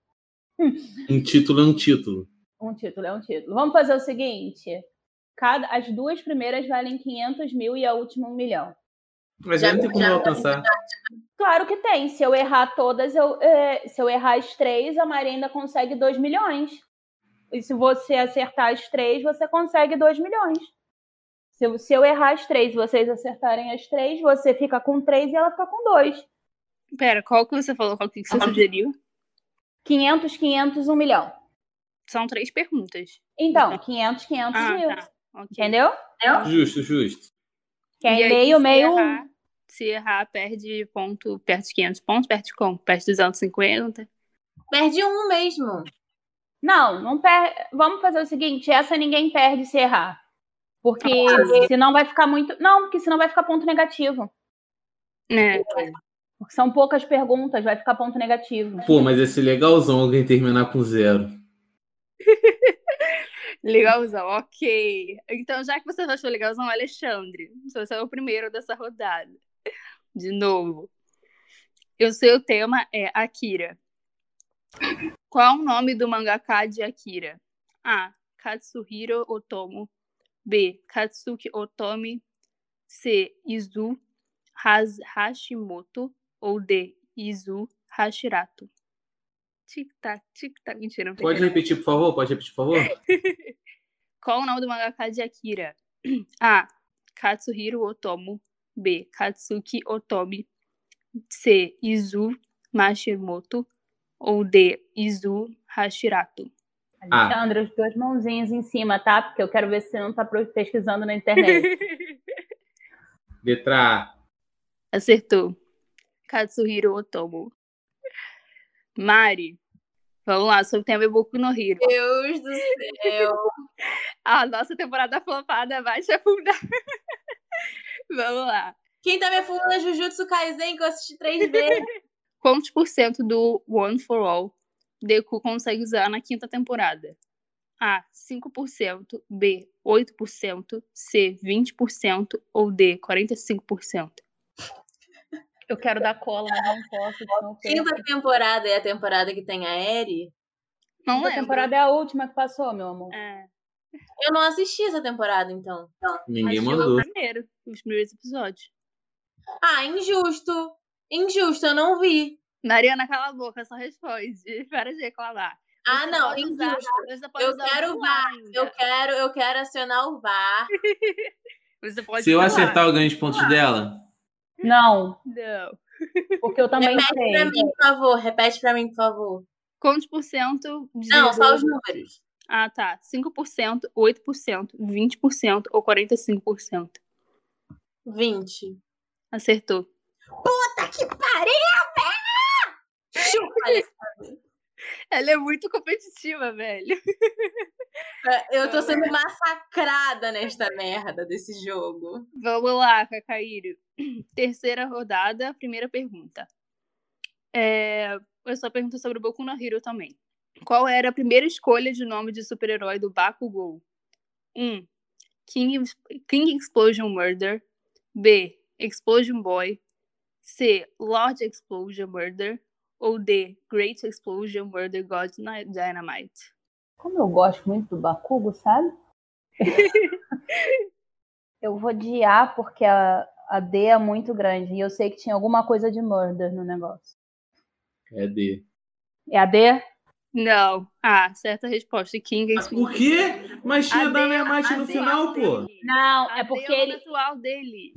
Speaker 2: um título é um título.
Speaker 3: um título é um título. Vamos fazer o seguinte: cada, as duas primeiras valem 500 mil e a última um milhão.
Speaker 2: Mas
Speaker 4: Já-
Speaker 2: aí não tem como
Speaker 4: já-
Speaker 2: eu alcançar.
Speaker 3: Claro que tem. Se eu errar todas, eu, é, se eu errar as três, a Maria ainda consegue 2 milhões. E se você acertar as três, você consegue 2 milhões. Se, eu- se eu errar as três, vocês acertarem as três, você fica com três e ela fica com dois.
Speaker 1: Pera, qual que você falou? Qual que você sugeriu?
Speaker 3: 500, 500, 1 milhão.
Speaker 1: São três perguntas. [LAUGHS]
Speaker 3: Então, 500, 500
Speaker 1: Ah,
Speaker 3: mil.
Speaker 1: tá. Ok.
Speaker 3: Entendeu?
Speaker 2: Justo, justo.
Speaker 3: Que
Speaker 1: E
Speaker 3: é
Speaker 1: aí,
Speaker 3: meio,
Speaker 1: se
Speaker 3: meio. um.
Speaker 1: errar- se errar, perde ponto, perde 500 pontos, perde como? Perde 250.
Speaker 4: Perdi um mesmo.
Speaker 3: Não, não per... vamos fazer o seguinte: essa ninguém perde se errar. Porque senão vai ficar muito. Não, porque senão vai ficar ponto negativo.
Speaker 1: Né?
Speaker 3: Porque são poucas perguntas, vai ficar ponto negativo.
Speaker 2: Pô, mas ia ser legalzão alguém terminar com zero.
Speaker 1: Legalzão, ok. Então, já que você achou legalzão, Alexandre, você é o primeiro dessa rodada. De novo. E o seu tema é Akira. Qual é o nome do mangaka de Akira? A. Katsuhiro Otomo. B. Katsuki Otomi. C. Izu Has- Hashimoto. Ou D. Izu Hashirato. Tic-tac, tic-tac. Mentira, não tem
Speaker 2: Pode repetir, por favor? Pode repetir, por favor?
Speaker 1: qual o nome do mangaka de Akira? [CLEARS THROAT] A. Katsuhiro Otomo. B. Katsuki Otomi. C. Izu Mashimoto. Ou D. Izu Hashirato.
Speaker 2: Ah.
Speaker 3: Alexandre, as duas mãozinhas em cima, tá? Porque eu quero ver se você não tá pro- pesquisando na internet.
Speaker 2: Letra A.
Speaker 1: Acertou. Katsuhiro Otomo. Mari. Vamos lá, sobre o tema é Boku no Hiro.
Speaker 4: Deus do céu.
Speaker 1: A nossa temporada flopada vai te afundar. [LAUGHS] Vamos lá.
Speaker 4: Quem tá me afundando é Jujutsu Kaisen, que eu assisti três [LAUGHS] vezes.
Speaker 1: quantos por cento do One for All Deku consegue usar na quinta temporada? A. 5%, B. 8%, C. 20% ou D. 45%.
Speaker 3: [LAUGHS] Eu quero dar cola, mas não posso. senão eu perco.
Speaker 4: Quinta temporada é a temporada que tem a Eri.
Speaker 1: Não
Speaker 3: Essa
Speaker 1: lembro.
Speaker 3: temporada é a última que passou, meu amor.
Speaker 1: É,
Speaker 4: Eu não assisti essa temporada, então.
Speaker 2: Ninguém
Speaker 1: acho que
Speaker 2: mandou.
Speaker 1: foi o primeiro, os primeiros episódios.
Speaker 4: Ah, injusto. Injusto, eu não vi.
Speaker 1: Mariana, cala a boca, só responde. [LAUGHS] Para de reclamar.
Speaker 4: Ah,
Speaker 1: Você
Speaker 4: não,
Speaker 1: pode usar-
Speaker 4: injusto.
Speaker 1: você pode
Speaker 4: Eu
Speaker 1: usar
Speaker 4: quero
Speaker 1: o
Speaker 4: VAR,
Speaker 1: ainda.
Speaker 4: Eu quero, eu quero acionar o VAR.
Speaker 1: Você pode
Speaker 2: Se eu
Speaker 1: usar.
Speaker 2: acertar, eu ganho os pontos dela?
Speaker 3: Não,
Speaker 1: Não.
Speaker 3: porque eu também
Speaker 4: Repete pra
Speaker 3: sei.
Speaker 4: mim, por favor. Repete pra mim, por favor.
Speaker 1: Quantos por cento de
Speaker 4: Não, só os números.
Speaker 1: Ah, tá. 5%, 8%, 20% ou 45%.
Speaker 4: 20.
Speaker 1: Acertou.
Speaker 4: Puta que pariu, velho! Chupa, Alexandre.
Speaker 1: Ela é muito competitiva, velho.
Speaker 4: É, Eu tô sendo massacrada nesta merda desse jogo.
Speaker 1: Vamos lá, Cacaírio. [CLEARS THROAT] Terceira rodada, primeira pergunta. É, Eu só pergunto sobre o Boku no Hero também. Qual era a primeira escolha de nome de super-herói do Bakugou? 1. King, King Explosion Murder. B. Explosion Boy. C. Lord Explosion Murder. Ou D. Great Explosion Murder God Ni- Dynamite.
Speaker 3: Como eu gosto muito do Bakugo, [LAUGHS] sabe? eu vou de A, porque a, a D é muito grande. E eu sei que tinha alguma coisa de murder no negócio.
Speaker 2: É D.
Speaker 3: É a D?
Speaker 1: Não. Ah, certa resposta. King
Speaker 2: O
Speaker 1: Explosion.
Speaker 2: quê? Mas tinha
Speaker 1: AD,
Speaker 2: Dynamite no
Speaker 1: AD,
Speaker 2: final,
Speaker 1: AD.
Speaker 2: pô.
Speaker 3: Não,
Speaker 1: AD
Speaker 3: é porque
Speaker 1: o nome
Speaker 3: ele,
Speaker 1: atual dele.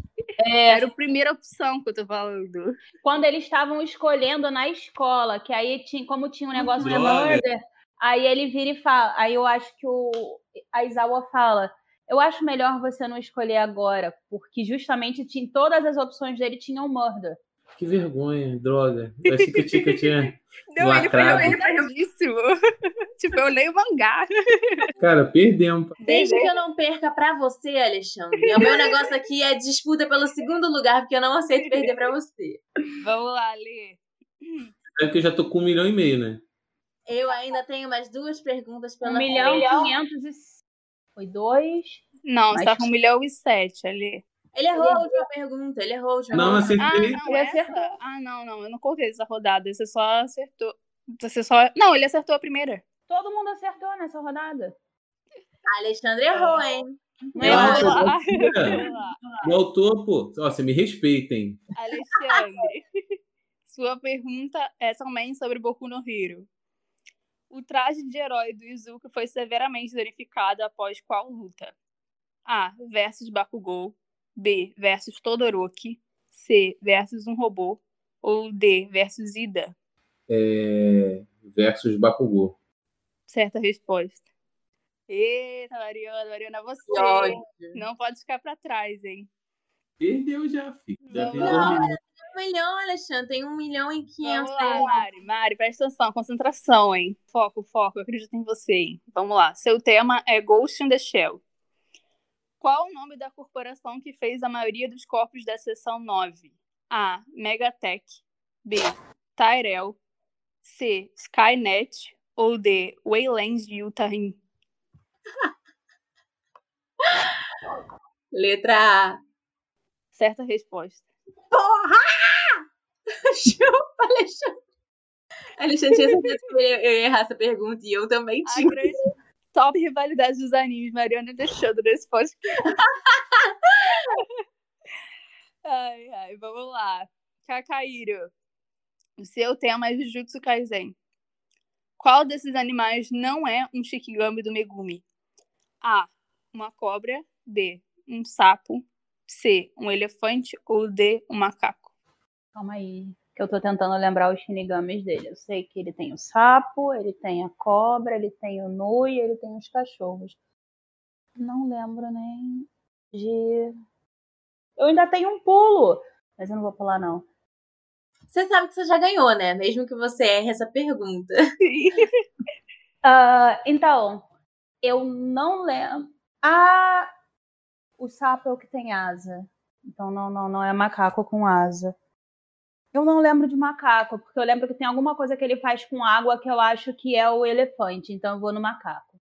Speaker 3: é,
Speaker 1: Era a primeira opção que eu tô falando.
Speaker 3: quando eles estavam escolhendo na escola, que aí tinha, como tinha um negócio de
Speaker 2: Droga.
Speaker 3: murder, aí ele vira e fala. Aí eu acho que o, a Isawa fala. Eu acho melhor você não escolher agora, porque justamente tinha, todas as opções dele tinham murder.
Speaker 2: Que vergonha, droga. Eu achei que eu tinha. Que eu tinha...
Speaker 1: Não, ele foi
Speaker 2: Lacrado.
Speaker 1: arrebentadíssimo. [LAUGHS] tipo, eu leio mangá.
Speaker 2: Cara, perdemos.
Speaker 4: Desde que eu não perca pra você, Alexandre. O meu negócio aqui é disputa pelo segundo lugar, porque eu não aceito perder pra você.
Speaker 1: Vamos lá, Lê.
Speaker 2: Sabe que eu já tô com um milhão e meio, né?
Speaker 4: Eu ainda tenho mais duas perguntas pela
Speaker 3: Um milhão e
Speaker 4: frente.
Speaker 3: quinhentos e... Foi dois.
Speaker 1: Não,
Speaker 3: Mas-
Speaker 1: você tá com um milhão e sete ali.
Speaker 4: Ele errou a última pergunta, ele errou a última
Speaker 2: Não,
Speaker 4: pergunta.
Speaker 1: Ah,
Speaker 2: acertei.
Speaker 1: não,
Speaker 3: Ele
Speaker 1: essa?
Speaker 3: acertou.
Speaker 1: Ah, não, não. Eu não contei essa rodada. Você só acertou. Você só. Não, ele acertou a primeira.
Speaker 3: Todo mundo acertou nessa rodada.
Speaker 4: Alexandre errou, hein?
Speaker 3: Não,
Speaker 2: Nossa,
Speaker 1: Vamos lá.
Speaker 2: mentira.
Speaker 1: Vamos lá.
Speaker 2: né? O autor, pô, ó, você me respeitem.
Speaker 1: Alexandre, [LAUGHS] sua pergunta é também sobre Boku no Hero. O traje de herói do Izuka foi severamente danificado após qual luta? A. Versus Bakugou. B. Versus Todoroki. C. Versus um robô. Ou D. Versus Ida.
Speaker 2: É... Versus Bakugou.
Speaker 1: Certa resposta. Eita, Mariana, Mariana, você.
Speaker 4: Que ódio.
Speaker 1: Não pode ficar pra trás, hein?
Speaker 2: Perdeu já, filho. Já
Speaker 1: Não,
Speaker 2: tem
Speaker 4: não.
Speaker 2: dois milhões.
Speaker 4: Um milhão, Alexandre, tem um milhão e
Speaker 1: Vamos
Speaker 4: quinhentos.
Speaker 1: lá, Mari. Mari, presta atenção, concentração, hein? Foco, foco, eu acredito em você, hein? Vamos lá. Seu tema é Ghost in the Shell. Qual o nome da corporação que fez a maioria dos corpos da seção 9? A. Megatech. B. Tyrell. C. Skynet. Ou D. Wayland Yutarin.
Speaker 4: Letra A.
Speaker 1: Certa resposta.
Speaker 4: Porra! [LAUGHS] Chupa, Alexandre. Alexandre tinha certeza que eu ia eu ia errar essa pergunta e eu também
Speaker 1: A
Speaker 4: tinha.
Speaker 1: grande top rivalidade dos animes, Mariana deixando nesse podcast. [LAUGHS] ai, ai, vamos lá. Kakairo, o seu tema é Jujutsu Kaisen. Qual desses animais não é um Shikigami do Megumi? A. Uma cobra. B. Um sapo. C. Um elefante. Ou D. Um macaco. [LAUGHS]
Speaker 3: Calma aí. Que eu tô tentando lembrar os shinigamis dele. Eu sei que ele tem o sapo, ele tem a cobra, ele tem o nu e ele tem os cachorros. Não lembro nem de. Eu ainda tenho um pulo, mas eu não vou pular, não.
Speaker 4: Você sabe que você já ganhou, né? Mesmo que você erre essa pergunta.
Speaker 3: Ah, então, eu não lembro. Ah, o sapo é o que tem asa. Então, não, não, não é macaco com asa. Eu não lembro de macaco, porque eu lembro que tem alguma coisa que ele faz com água que eu acho que é o elefante. Então, eu vou no macaco.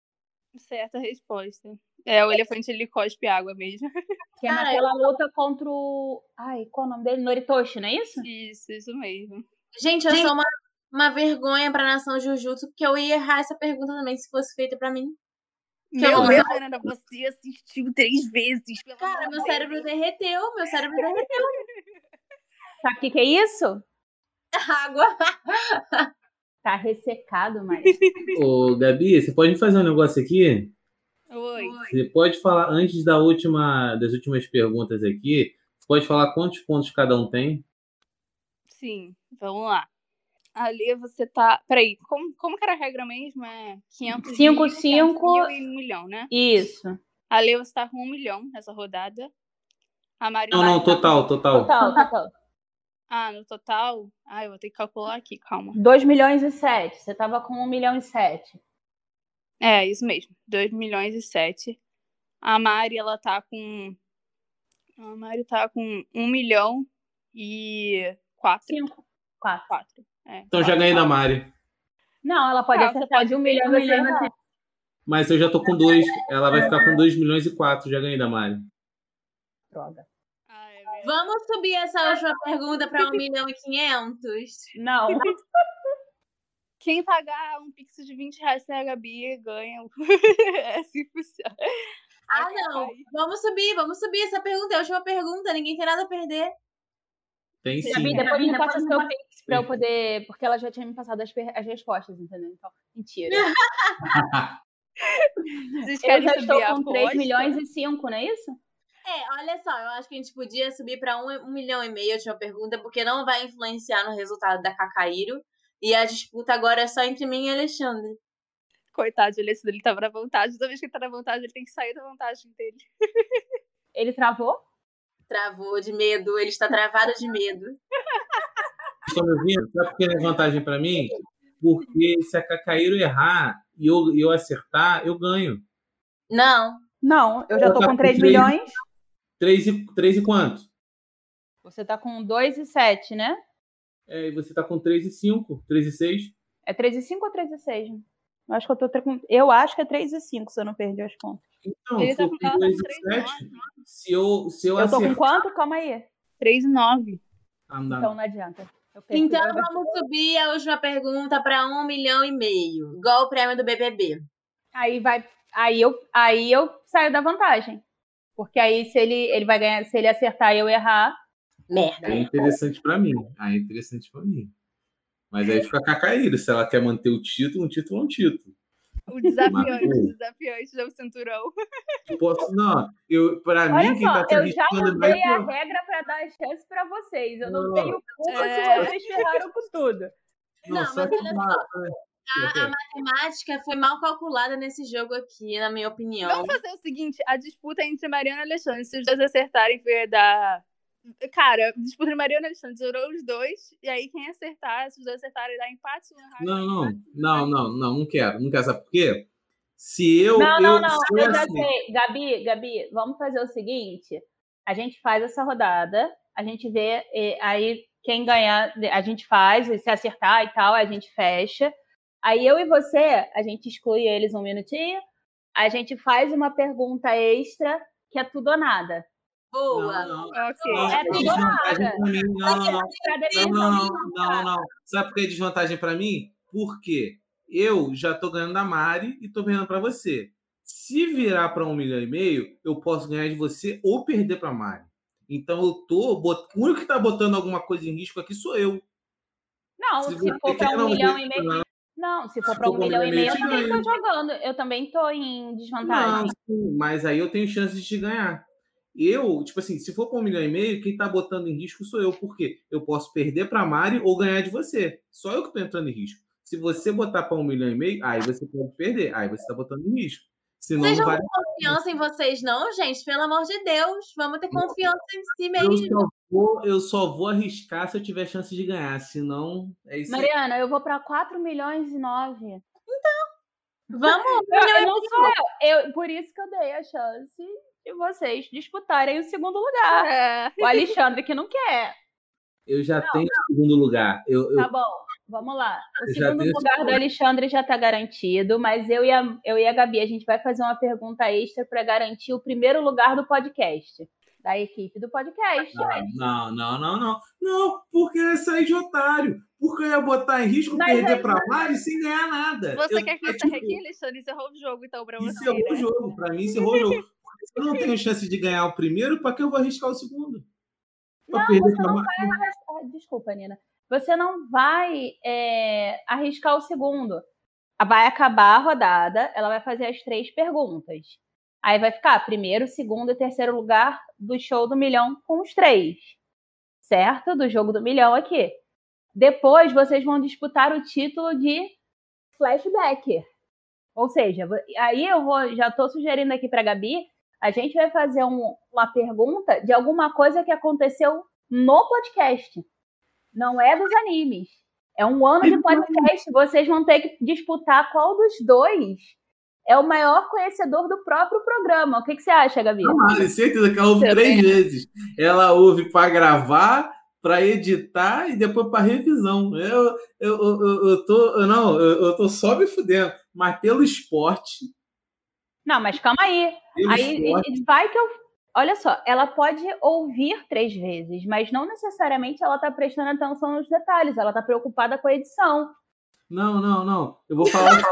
Speaker 1: Certa resposta. É, o elefante ele cospe água mesmo. [LAUGHS]
Speaker 3: Que é
Speaker 4: Cara,
Speaker 3: naquela luta contra o. Ai, qual é o nome dele? Noritoshi, não é isso?
Speaker 1: Isso, isso mesmo.
Speaker 4: Gente, eu sou uma, uma vergonha pra nação Jujutsu, porque eu ia errar essa pergunta também se fosse feita pra mim.
Speaker 1: Meu
Speaker 4: Não,
Speaker 1: Deus, Fernanda, você assistiu três vezes. pelo
Speaker 4: Cara,
Speaker 1: amor
Speaker 4: meu
Speaker 1: de
Speaker 4: cérebro
Speaker 1: Deus.
Speaker 4: derreteu, meu cérebro derreteu.
Speaker 3: Sabe o que, que é isso?
Speaker 4: [LAUGHS] Água.
Speaker 3: Tá ressecado, mas.
Speaker 2: Ô, Gabi, você pode fazer um negócio aqui?
Speaker 1: Oi.
Speaker 2: Você pode falar, antes da última, das últimas perguntas aqui, você pode falar quantos pontos cada um tem?
Speaker 1: Sim, vamos lá. Ali você tá. Peraí, como, como que era a regra mesmo? É 500
Speaker 3: Cinco,
Speaker 1: mil,
Speaker 3: cinco.
Speaker 1: 500 mil e um milhão, né?
Speaker 3: Isso.
Speaker 1: Ali você tá com um milhão nessa rodada. A Mari
Speaker 2: Não, não,
Speaker 1: tá com-
Speaker 2: total, total.
Speaker 3: Total, total.
Speaker 1: Ah, no total? Ah, eu vou ter que calcular aqui, calma.
Speaker 3: 2 milhões e 7. Você tava com 1 milhão e 7.
Speaker 1: É, isso mesmo. 2 milhões e 7. A Mari, ela tá com. A Mari tá com 1 milhão e é, 4.
Speaker 3: 5. 4.
Speaker 2: Então já ganhei da Mari.
Speaker 3: Não, ela pode
Speaker 1: Ah, você
Speaker 3: acertar
Speaker 1: pode
Speaker 3: de um
Speaker 1: ter
Speaker 3: milhão
Speaker 1: um
Speaker 3: e
Speaker 1: milhão e
Speaker 3: você.
Speaker 2: Mas eu já tô com dois. Ela
Speaker 1: É.
Speaker 2: vai ficar com 2 milhões e 4. Já ganhei da Mari.
Speaker 3: Droga.
Speaker 1: Ah, é verdade.
Speaker 4: Vamos subir essa última pergunta pra um milhão e quinhentos.
Speaker 3: Não.
Speaker 1: Quem pagar um pix de 20 reais pra Gabi ganha. o- [LAUGHS] é assim que funciona.
Speaker 4: Ah,
Speaker 1: Vai que
Speaker 4: não.
Speaker 1: vai.
Speaker 4: Vamos subir, vamos subir. Essa pergunta é a última pergunta. Ninguém tem nada a perder.
Speaker 2: Tem sim.
Speaker 3: Gabi, depois
Speaker 4: Gabi,
Speaker 3: me passa
Speaker 4: depois
Speaker 3: o
Speaker 4: me
Speaker 3: seu pix pra eu poder. Porque ela já tinha me passado as, per- as respostas, entendeu? Então, mentira.
Speaker 1: Vocês
Speaker 3: Eu
Speaker 1: querem
Speaker 3: já estou
Speaker 1: subir a
Speaker 3: com 3
Speaker 1: aposta?
Speaker 3: milhões e 5, não é isso?
Speaker 4: É, olha só, eu acho que a gente podia subir pra um, um milhão e meio a última pergunta, porque não vai influenciar no resultado da Cacaíro. E a disputa agora é só entre mim e Alexandre.
Speaker 1: Coitado, ele, ele tava na vontade. Toda vez que ele tá na vontade, ele tem que sair da vantagem dele.
Speaker 3: Ele travou?
Speaker 4: Travou de medo, ele está travado de medo.
Speaker 2: Estão me ouvindo? Sabe por que é vantagem pra mim? Porque se a Cacaíro errar, e eu, e eu acertar, eu ganho.
Speaker 4: Não.
Speaker 3: Não, eu já
Speaker 2: Ela
Speaker 3: tô
Speaker 2: tá
Speaker 3: com
Speaker 2: com
Speaker 3: 3
Speaker 2: três.
Speaker 3: milhões.
Speaker 2: Três e, três e quanto?
Speaker 3: Você tá com 2 e 7, né?
Speaker 2: É, e você tá com 3 e 5, 3 e 6.
Speaker 3: É 3 e 5 ou 3 e 6? Eu acho que eu tô tre- com- Eu acho que é 3 e 5, se eu não perdi as contas.
Speaker 2: Então,
Speaker 1: Ele
Speaker 2: se eu
Speaker 1: tá-
Speaker 2: tenho
Speaker 1: ela tá
Speaker 2: 2
Speaker 1: com
Speaker 2: e
Speaker 1: três
Speaker 2: 7, se eu, se eu,
Speaker 3: Eu tô com
Speaker 2: acertar...
Speaker 3: quanto? Calma aí.
Speaker 1: 3 e 9.
Speaker 2: Ah, não dá,
Speaker 3: Então não adianta. Eu perco
Speaker 4: Então
Speaker 3: dois, mas-
Speaker 4: vamos subir a última pergunta para um milhão e meio, igual o prêmio do BBB.
Speaker 3: Aí vai. Aí eu, aí eu saio da vantagem. Porque aí se ele, ele vai ganhar, se ele acertar e eu errar,
Speaker 4: Merda.
Speaker 2: É interessante pra mim. Ah, é interessante pra mim. Mas aí fica cacaíra. Se ela quer manter o título, um título é um título.
Speaker 1: O desafiante,
Speaker 2: Matou.
Speaker 1: o desafiante do cinturão.
Speaker 2: Eu posso, não. Eu, pra
Speaker 3: Olha
Speaker 2: mim, quem
Speaker 3: só,
Speaker 2: tá se
Speaker 3: eu já
Speaker 2: arriscando
Speaker 3: mudei
Speaker 2: mais.
Speaker 3: a
Speaker 2: pô,
Speaker 3: regra para dar chance para vocês. Eu não,
Speaker 2: Não.
Speaker 3: tenho culpa
Speaker 1: É.
Speaker 3: se vocês ferraram com tudo.
Speaker 2: Não,
Speaker 4: Não,
Speaker 2: só
Speaker 4: mas
Speaker 2: que.
Speaker 4: olha
Speaker 2: tá-
Speaker 4: A, a matemática foi mal calculada nesse jogo aqui, na minha opinião.
Speaker 1: Vamos fazer o seguinte: a disputa é entre Mariana e Alexandre. Se os dois acertarem, vai dar. Cara, disputa entre Mariana e Alexandre. Zerou os dois. E aí, quem acertar, se os dois acertarem, dá empate. se um errar,
Speaker 2: Não,
Speaker 1: dá
Speaker 2: não,
Speaker 1: empate.
Speaker 2: não, não, não, não quero. Não quero, sabe por quê? Se eu.
Speaker 3: não,
Speaker 2: eu, assim.
Speaker 3: não, não.
Speaker 2: se
Speaker 3: Eu já
Speaker 2: acerto-
Speaker 3: sei. Gabi, Gabi, vamos fazer o seguinte: a gente faz essa rodada, a gente vê, eh, aí quem ganhar, a gente faz, e se acertar e tal, a gente fecha. Aí eu e você, a gente exclui eles um minutinho, a gente faz uma pergunta extra que é tudo ou nada.
Speaker 4: Boa.
Speaker 2: Não, não.
Speaker 1: Ok.
Speaker 2: Não,
Speaker 3: É
Speaker 2: a gente
Speaker 3: tudo ou
Speaker 2: não- a gente
Speaker 3: nada.
Speaker 2: pra mim, não, não, não.
Speaker 3: Pra
Speaker 2: Não,
Speaker 3: definir
Speaker 2: não, não,
Speaker 3: o
Speaker 2: não, não. Sabe por que é desvantagem pra mim? Porque eu já tô ganhando da Mari e tô ganhando pra você. Se virar pra um milhão e meio, eu posso ganhar de você ou perder pra Mari. Então eu tô. bot- O único que tá botando alguma coisa em risco aqui sou eu.
Speaker 3: Não,
Speaker 2: Se
Speaker 3: se,
Speaker 2: você
Speaker 3: for para
Speaker 2: quer
Speaker 3: um
Speaker 2: não
Speaker 3: milhão
Speaker 2: ver-
Speaker 3: e meio. Não, se for
Speaker 2: Se
Speaker 3: para
Speaker 2: for
Speaker 3: um
Speaker 2: pra um
Speaker 3: milhão e meio, eu
Speaker 2: milhão e
Speaker 3: também
Speaker 2: meio,
Speaker 3: tô jogando. Eu também tô em desvantagem.
Speaker 2: Não, sim, mas aí eu tenho chances de ganhar. Eu, tipo assim, se for pra um milhão e meio, quem tá botando em risco sou eu, porque eu posso perder pra Mari ou ganhar de você. Só eu que tô entrando em risco. Se você botar pra um milhão e meio, aí você pode perder. Aí você tá botando em risco. Senão não
Speaker 4: Vocês não
Speaker 2: vale.
Speaker 4: têm confiança em vocês, não, gente? Pelo amor de Deus. Vamos ter confiança em si
Speaker 2: Eu
Speaker 4: mesmo.
Speaker 2: só, vou, eu só vou arriscar se eu tiver chance de ganhar. Senão, é isso aí.
Speaker 3: Mariana, eu vou para 4 milhões e 9.
Speaker 4: [LAUGHS] Vamos.
Speaker 3: Eu, eu não sou eu. eu. Por isso que eu dei a chance de vocês disputarem o segundo lugar.
Speaker 1: É.
Speaker 3: O Alexandre que não quer.
Speaker 2: Eu já tenho o segundo lugar. Eu, eu-
Speaker 3: Tá bom, vamos lá. O
Speaker 2: Eu já
Speaker 3: segundo
Speaker 2: dei o
Speaker 3: lugar
Speaker 2: segundo.
Speaker 3: do Alexandre já tá garantido, mas eu e, a, eu e a Gabi, a gente vai fazer uma pergunta extra para garantir o primeiro lugar do podcast. Da equipe do podcast.
Speaker 2: Ah, Não, não, não, não. Não, porque eu ia sair de otário. Porque eu ia botar em risco
Speaker 3: Mas
Speaker 2: perder
Speaker 3: aí-
Speaker 2: pra Mari sem ganhar nada.
Speaker 1: Você
Speaker 2: Eu-
Speaker 1: quer que
Speaker 2: é,
Speaker 1: eu
Speaker 2: tipo,
Speaker 1: encerre aqui, Alexandre? Encerrou o jogo, então, pra você.
Speaker 2: Encerrou o
Speaker 1: né?
Speaker 2: é jogo. Pra mim, encerrou o jogo. Porque Se eu não tenho chance de ganhar o primeiro, pra que eu vou arriscar o segundo? Pra
Speaker 3: Não,
Speaker 2: perder
Speaker 3: você
Speaker 2: pra
Speaker 3: não
Speaker 2: Mari?
Speaker 3: Ah, Desculpa, Nina. Você não vai é, arriscar o segundo. Vai acabar a rodada, ela vai fazer as três perguntas. Aí vai ficar primeiro, segundo e terceiro lugar do show do milhão com os três. Certo? Do jogo do milhão aqui. Depois vocês vão disputar o título de flashback. Ou seja, vo- aí eu vou, já estou sugerindo aqui para Gabi, a gente vai fazer um- uma pergunta de alguma coisa que aconteceu no podcast. Não é dos animes. É um ano de podcast. Vocês vão ter que disputar qual dos dois é o maior conhecedor do próprio programa. O que, que você acha, Gabi?
Speaker 2: A Mari, certeza que ela ouve
Speaker 1: Eu
Speaker 2: três vezes. Ela ouve pra gravar, pra editar e depois pra revisão. Eu, eu, eu, eu- eu tô. eu Não, eu, eu tô só me fudendo. Mas pelo esporte.
Speaker 3: Não, mas calma aí.
Speaker 2: Pelo
Speaker 3: Aí
Speaker 2: esporte.
Speaker 3: e- e vai que eu. Olha só, ela pode ouvir três vezes, mas não necessariamente ela está prestando atenção nos detalhes, ela está preocupada com a edição.
Speaker 2: Não, não, não. Eu vou falar,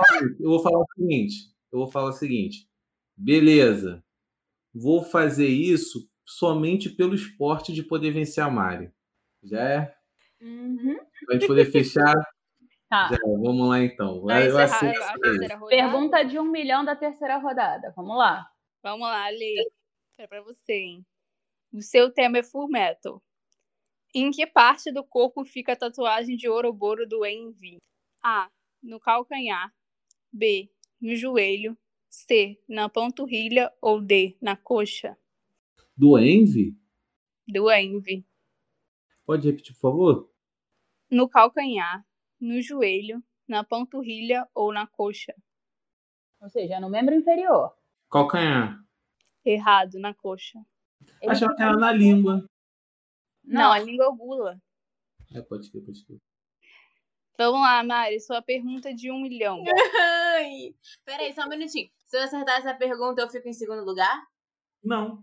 Speaker 2: eu vou falar o seguinte. Eu vou falar o seguinte. Beleza. Vou fazer isso somente pelo esporte de poder vencer a Mari. Já é? Pra gente poder
Speaker 1: [LAUGHS]
Speaker 2: fechar?
Speaker 3: Tá.
Speaker 2: Já, é. vamos lá então.
Speaker 1: Pra
Speaker 2: Eu
Speaker 1: encerrar
Speaker 2: aceito
Speaker 1: a
Speaker 2: isso aí.
Speaker 1: terceira rodada.
Speaker 3: Pergunta de um milhão da terceira rodada. Vamos lá.
Speaker 1: Vamos lá, Ale. É pra você, hein? O seu tema é Full Metal. Em que parte do corpo fica a tatuagem de Ouroboro do Envy? A. No calcanhar. B. No joelho. C. Na panturrilha. Ou D. Na coxa
Speaker 2: Do Envy?
Speaker 1: do Envy.
Speaker 2: Pode repetir, por favor?
Speaker 1: No calcanhar. No joelho. Na panturrilha ou na coxa.
Speaker 3: Ou seja, é no membro inferior.
Speaker 2: Calcanhar.
Speaker 1: Errado, na coxa.
Speaker 3: Ele-
Speaker 2: Achava que é era na língua.
Speaker 1: Não,
Speaker 3: Não.
Speaker 1: a língua gula.
Speaker 2: É, pode ser, pode ser.
Speaker 1: Vamos lá, Mari, sua pergunta de um milhão.
Speaker 4: Ai. Peraí, só um minutinho. Se eu acertar essa pergunta, eu fico em segundo lugar?
Speaker 2: Não,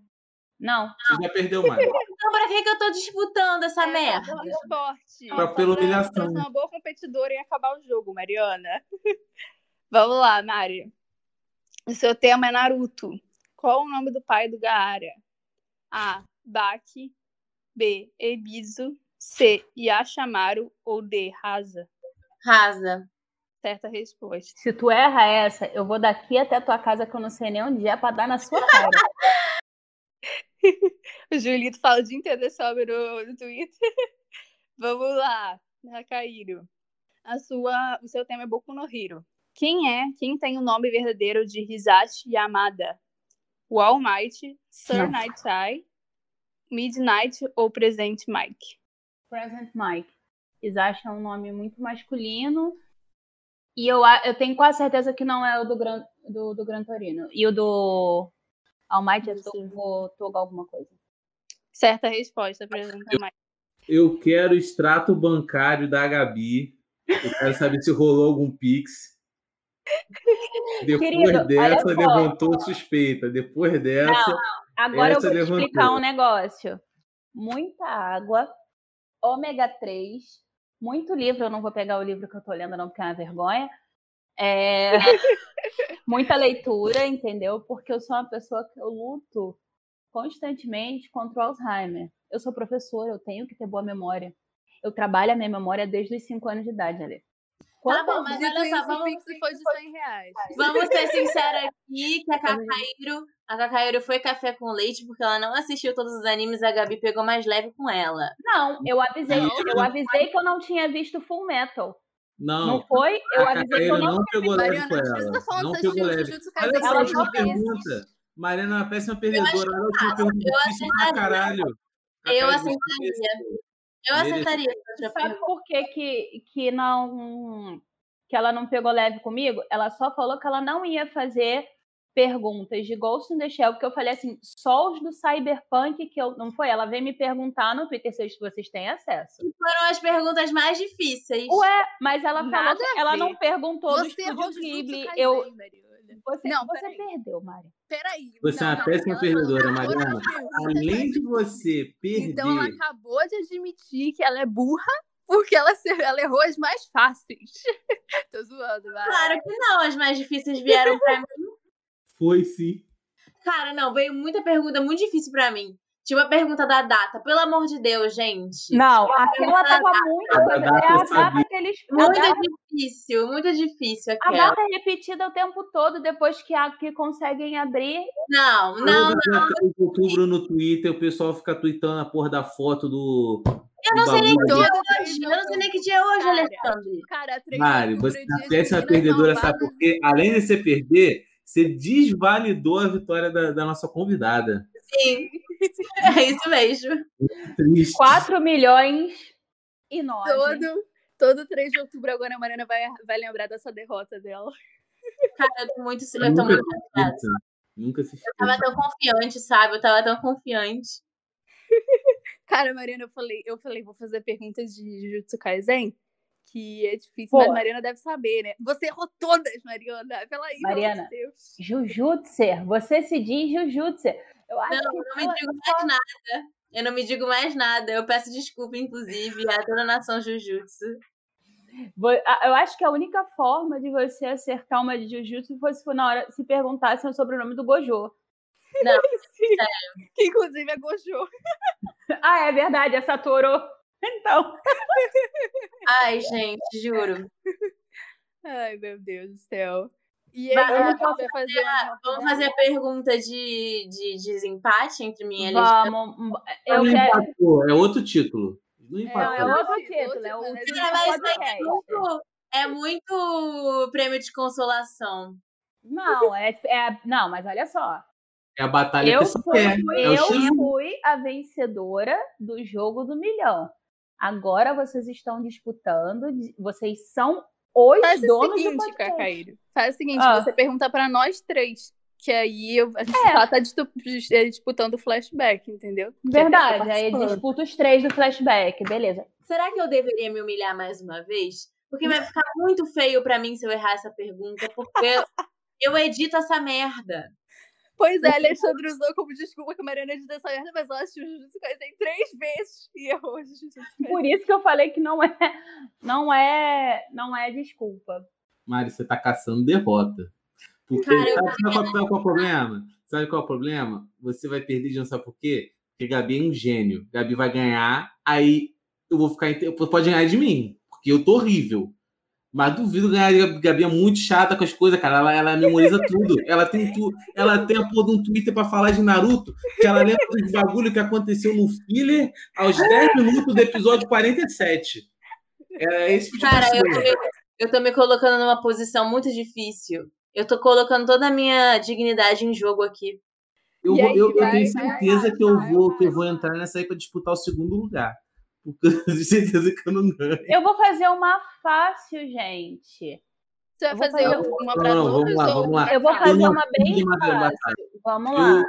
Speaker 3: Não.
Speaker 2: você já perdeu mais.
Speaker 4: Então, pra que, que eu tô disputando
Speaker 1: é
Speaker 4: essa merda?
Speaker 1: Bola Esporte.
Speaker 2: Pra pela humilhação.
Speaker 1: Pra ser é uma boa competidora e acabar o jogo, Mariana. [LAUGHS] Vamos lá, Mari. O seu tema é Naruto. Qual o nome do pai do Gaara? A. Baki. B. Ebizu. C. Yashamaru. Ou D. Rasa.
Speaker 4: Rasa.
Speaker 1: Certa resposta.
Speaker 3: Se tu erra essa, eu vou daqui até tua casa que eu não sei nem onde é pra dar na sua cara.
Speaker 1: O Julito fala o dia inteiro dessa obra no, no Twitter. [LAUGHS] Vamos lá, Hakairo. A sua, o seu tema é Boku no Hiro. Quem é, quem tem o nome verdadeiro de Hisashi Yamada? O All Might, Sir
Speaker 3: Não.
Speaker 1: Night Eye, Midnight ou Presente Mike?
Speaker 3: Present Mike. Eles acham um nome muito masculino. E eu, a- eu tenho quase certeza que não é o do Gran, do, do Gran Torino. E o do Almighty é
Speaker 1: Sim.
Speaker 3: Togo, Togo alguma coisa.
Speaker 1: Certa resposta, Presente Mike.
Speaker 2: Eu quero o extrato bancário da Gabi. Eu quero saber se rolou algum Pix. Depois
Speaker 3: Querido, olha
Speaker 2: dessa,
Speaker 3: só.
Speaker 2: levantou suspeita. Depois dessa,
Speaker 3: Agora
Speaker 2: Essa
Speaker 3: eu vou te
Speaker 2: levantou.
Speaker 3: explicar um negócio. Muita água, ômega 3, muito livro. Eu não vou pegar o livro que eu tô lendo, não, porque é uma vergonha.
Speaker 2: [LAUGHS]
Speaker 3: É, Muita leitura, entendeu? Porque eu sou uma pessoa que eu luto constantemente contra o Alzheimer. Eu sou professora, eu tenho que ter boa memória. Eu trabalho a minha memória desde os 5 anos de idade, Ale.
Speaker 4: Tá
Speaker 3: Quando
Speaker 4: bom,
Speaker 3: eu
Speaker 4: mas
Speaker 3: vi-
Speaker 4: olha só,
Speaker 1: o
Speaker 4: vamos,
Speaker 1: Pix foi de 100 reais.
Speaker 4: vamos ser sinceros aqui que a Cacairo, a Cacairo foi café com leite porque ela não assistiu todos os animes, a Gabi pegou mais leve com ela.
Speaker 3: Não, eu avisei.
Speaker 2: Não.
Speaker 3: Eu avisei que eu não tinha visto Full Metal.
Speaker 2: não.
Speaker 3: Não foi? Eu
Speaker 2: a
Speaker 3: avisei que
Speaker 2: Cacaína
Speaker 3: eu
Speaker 2: não pegou leve com
Speaker 1: Mariana,
Speaker 2: ela.
Speaker 1: você tá falando
Speaker 2: Não
Speaker 1: seu
Speaker 2: pegou
Speaker 1: Jujutsu
Speaker 2: leve.
Speaker 1: Jujutsu
Speaker 2: Olha
Speaker 1: Kaisen é
Speaker 2: essa
Speaker 3: Ela
Speaker 2: última
Speaker 3: só
Speaker 1: duas vezes.
Speaker 2: pergunta. Mariana é uma péssima perdedora. Olha a última pergunta
Speaker 4: eu
Speaker 2: difícil pra
Speaker 4: acertaria.
Speaker 2: caralho.
Speaker 4: Eu
Speaker 2: Cacaína, você
Speaker 4: acertaria.
Speaker 2: mereceu.
Speaker 4: Eu
Speaker 2: Mereceu.
Speaker 4: acertaria essa outra
Speaker 3: Sabe
Speaker 4: pergunta.
Speaker 3: por que que, que não que ela não pegou leve comigo? Ela só falou que ela não ia fazer perguntas de Ghost in the Shell, porque eu falei assim, só os do Cyberpunk que eu não foi, ela veio me perguntar no Twitter se vocês têm acesso.
Speaker 4: Foram as perguntas mais difíceis.
Speaker 3: Ué, mas ela
Speaker 1: Nada
Speaker 3: falou que
Speaker 1: a
Speaker 3: ela
Speaker 1: ver.
Speaker 3: não perguntou
Speaker 4: é
Speaker 3: do
Speaker 1: Você errou
Speaker 3: Estúdio
Speaker 1: Jujutsu
Speaker 3: Ghibli.
Speaker 1: Kaisen,
Speaker 3: Eu
Speaker 1: Mariana.
Speaker 3: você,
Speaker 1: Não,
Speaker 3: você
Speaker 1: peraí.
Speaker 3: perdeu, Mari.
Speaker 1: Peraí.
Speaker 2: Você é
Speaker 1: não,
Speaker 2: uma
Speaker 1: não,
Speaker 2: péssima
Speaker 1: ela falou
Speaker 2: perdedora,
Speaker 1: na hora da
Speaker 2: Mariana.
Speaker 1: pergunta,
Speaker 2: Além
Speaker 1: então-
Speaker 2: de você perder,
Speaker 1: Então ela acabou de admitir que ela é burra porque ela, se- ela errou as mais fáceis. [LAUGHS] Tô zoando, vai.
Speaker 4: Claro que não, as mais difíceis vieram pra mim.
Speaker 2: foi sim.
Speaker 4: Cara, não, veio muita pergunta muito difícil pra mim. Tinha uma pergunta da data, pelo amor de Deus, gente.
Speaker 3: Não, aquela tava muito
Speaker 2: A data eu
Speaker 3: é a data
Speaker 2: sabia.
Speaker 3: que eles
Speaker 4: Muito
Speaker 3: a data
Speaker 4: difícil, muito difícil
Speaker 3: A
Speaker 4: aquela.
Speaker 3: data é repetida o tempo todo, depois que, a, que conseguem abrir.
Speaker 4: Não, não,
Speaker 2: Toda data de outubro no Twitter, o pessoal fica tweetando a porra da foto do.
Speaker 4: eu não sei nem que
Speaker 2: bagulho.
Speaker 4: dia
Speaker 1: Todo
Speaker 4: é hoje. Eu não sei nem que dia é hoje,
Speaker 1: Cara.
Speaker 4: Alexandre. [LAUGHS]
Speaker 1: Cara, três
Speaker 2: Mari,
Speaker 1: outubro,
Speaker 2: você é
Speaker 1: dia
Speaker 2: uma
Speaker 1: de
Speaker 4: né?
Speaker 2: péssima
Speaker 1: meninas
Speaker 2: perdedora, sabe
Speaker 1: malvadas.
Speaker 2: por quê? Além de você perder, você desvalidou a vitória da, da nossa convidada.
Speaker 4: Sim. É isso mesmo.
Speaker 2: Triste.
Speaker 3: 4 milhões e 9.
Speaker 1: Todo, todo 3 de outubro agora a Mariana vai, vai lembrar dessa derrota dela.
Speaker 4: Cara, eu tô muito. Eu tô
Speaker 2: Nunca
Speaker 4: muito.
Speaker 2: se esqueça. né, Nunca se
Speaker 4: Eu tava
Speaker 2: esqueça.
Speaker 4: tão confiante, sabe? Eu tava tão confiante.
Speaker 1: Cara, Mariana, eu falei, eu falei, vou fazer perguntas de Jujutsu Kaisen, que é difícil,
Speaker 3: Boa.
Speaker 1: mas Mariana deve saber, né? Você errou todas, Mariana. Pelo amor de
Speaker 3: Mariana.
Speaker 1: Deus.
Speaker 3: Jujutsu, você se diz Jujutsu. Eu acho
Speaker 4: Não,
Speaker 3: que
Speaker 4: eu não
Speaker 3: ela-
Speaker 4: me digo mais nada. Eu não me digo mais nada. Eu peço desculpa, inclusive, a toda a nação Jujutsu.
Speaker 3: vo- a- eu acho que a única forma de você acertar uma de Jujutsu fosse na hora se perguntassem o sobrenome do Gojo. [LAUGHS]
Speaker 1: Que inclusive é Gojo.
Speaker 3: Ah, é verdade, é Satoru. [LAUGHS] Então,
Speaker 4: Ai, gente, juro.
Speaker 1: Ai, meu Deus do céu. E
Speaker 6: é,
Speaker 1: aí,
Speaker 4: Vai,
Speaker 1: a gente
Speaker 4: vamos
Speaker 1: vai fazer uma...
Speaker 4: Vamos fazer a pergunta de, de desempate entre mim e Alexandre.
Speaker 3: vamos. hum, Eu
Speaker 2: Não
Speaker 3: quero.
Speaker 2: empatou, é outro título.
Speaker 3: Não,
Speaker 2: Não
Speaker 3: é
Speaker 2: empatou.
Speaker 3: outro título, é
Speaker 1: Outro título,
Speaker 3: outro título.
Speaker 4: Cara, mas isso aqui é
Speaker 3: podcast.
Speaker 4: muito, é muito prêmio de consolação.
Speaker 3: Não, é, é- não, mas olha só.
Speaker 2: É a batalha
Speaker 3: Eu
Speaker 2: que você
Speaker 3: fui,
Speaker 2: quer. É o
Speaker 3: eu
Speaker 2: X1.
Speaker 3: fui a vencedora do jogo do milhão. Agora vocês estão disputando, de- vocês são Os
Speaker 1: é
Speaker 6: Faz o
Speaker 3: donos do
Speaker 6: seguinte,
Speaker 3: podcast.
Speaker 6: Cacaíro. Faz o seguinte,
Speaker 3: Ah.
Speaker 6: você pergunta pra nós três. Que aí eu- a gente
Speaker 1: É.
Speaker 6: só tá distu- eh, disputando flashback, entendeu? Que a pessoa
Speaker 3: Verdade, aí
Speaker 6: participando.
Speaker 3: disputa os três do flashback, beleza.
Speaker 4: Será que eu deveria me humilhar mais uma vez? Porque vai ficar muito feio pra mim se eu errar essa pergunta, porque eu, eu edito essa merda.
Speaker 1: Pois é, Alexandre usou como desculpa que a Mariana é disse essa merda, mas ela assistiu Jujutsu Kaisen três vezes e errou Jujutsu Kaisen.
Speaker 3: Por isso que eu falei que não é, não é, não é desculpa.
Speaker 2: Mari, você tá caçando derrota. Porque
Speaker 4: Cara, eu-
Speaker 2: sabe, sabe qual, sabe qual é o problema? Sabe qual é o problema? Você vai perder de não sabe por quê? Porque Gabi é um gênio. Gabi vai ganhar, aí eu vou ficar. inte- Pode ganhar de mim, porque eu tô horrível. Mas duvido ganhar de Gabi. Gabi é muito chata com as coisas, cara. Ela, ela memoriza tudo. Ela tem tu, ela tem a porra de um Twitter pra falar de Naruto, que ela lembra dos bagulho que aconteceu no filler aos 10 minutos do episódio 47. É esse tipo de
Speaker 4: Cara, eu
Speaker 2: pessoa.
Speaker 4: tô, me, eu tô me colocando numa posição muito difícil. Eu tô colocando toda a minha dignidade em jogo aqui.
Speaker 2: Eu,
Speaker 6: E
Speaker 2: vou-
Speaker 6: aí,
Speaker 2: eu, eu
Speaker 6: vai,
Speaker 2: tenho
Speaker 6: vai,
Speaker 2: certeza
Speaker 6: vai,
Speaker 2: que, eu
Speaker 6: vai,
Speaker 2: vou,
Speaker 6: vai.
Speaker 2: que eu vou entrar nessa aí pra disputar o segundo lugar. Porque eu tenho certeza que eu não ganho.
Speaker 3: Eu vou fazer uma fácil, gente.
Speaker 6: Você vai
Speaker 3: Eu vou
Speaker 6: fazer um
Speaker 3: fazer-
Speaker 6: uma
Speaker 2: Não,
Speaker 6: pra
Speaker 2: não,
Speaker 6: todos
Speaker 2: vamos lá,
Speaker 6: ou
Speaker 2: vamos lá.
Speaker 6: pra
Speaker 3: Eu vou
Speaker 6: cada?
Speaker 2: Eu
Speaker 3: fazer
Speaker 2: não
Speaker 3: uma bem
Speaker 2: consegui mais levantar.
Speaker 3: fácil. Vamos
Speaker 2: Eu-
Speaker 3: lá.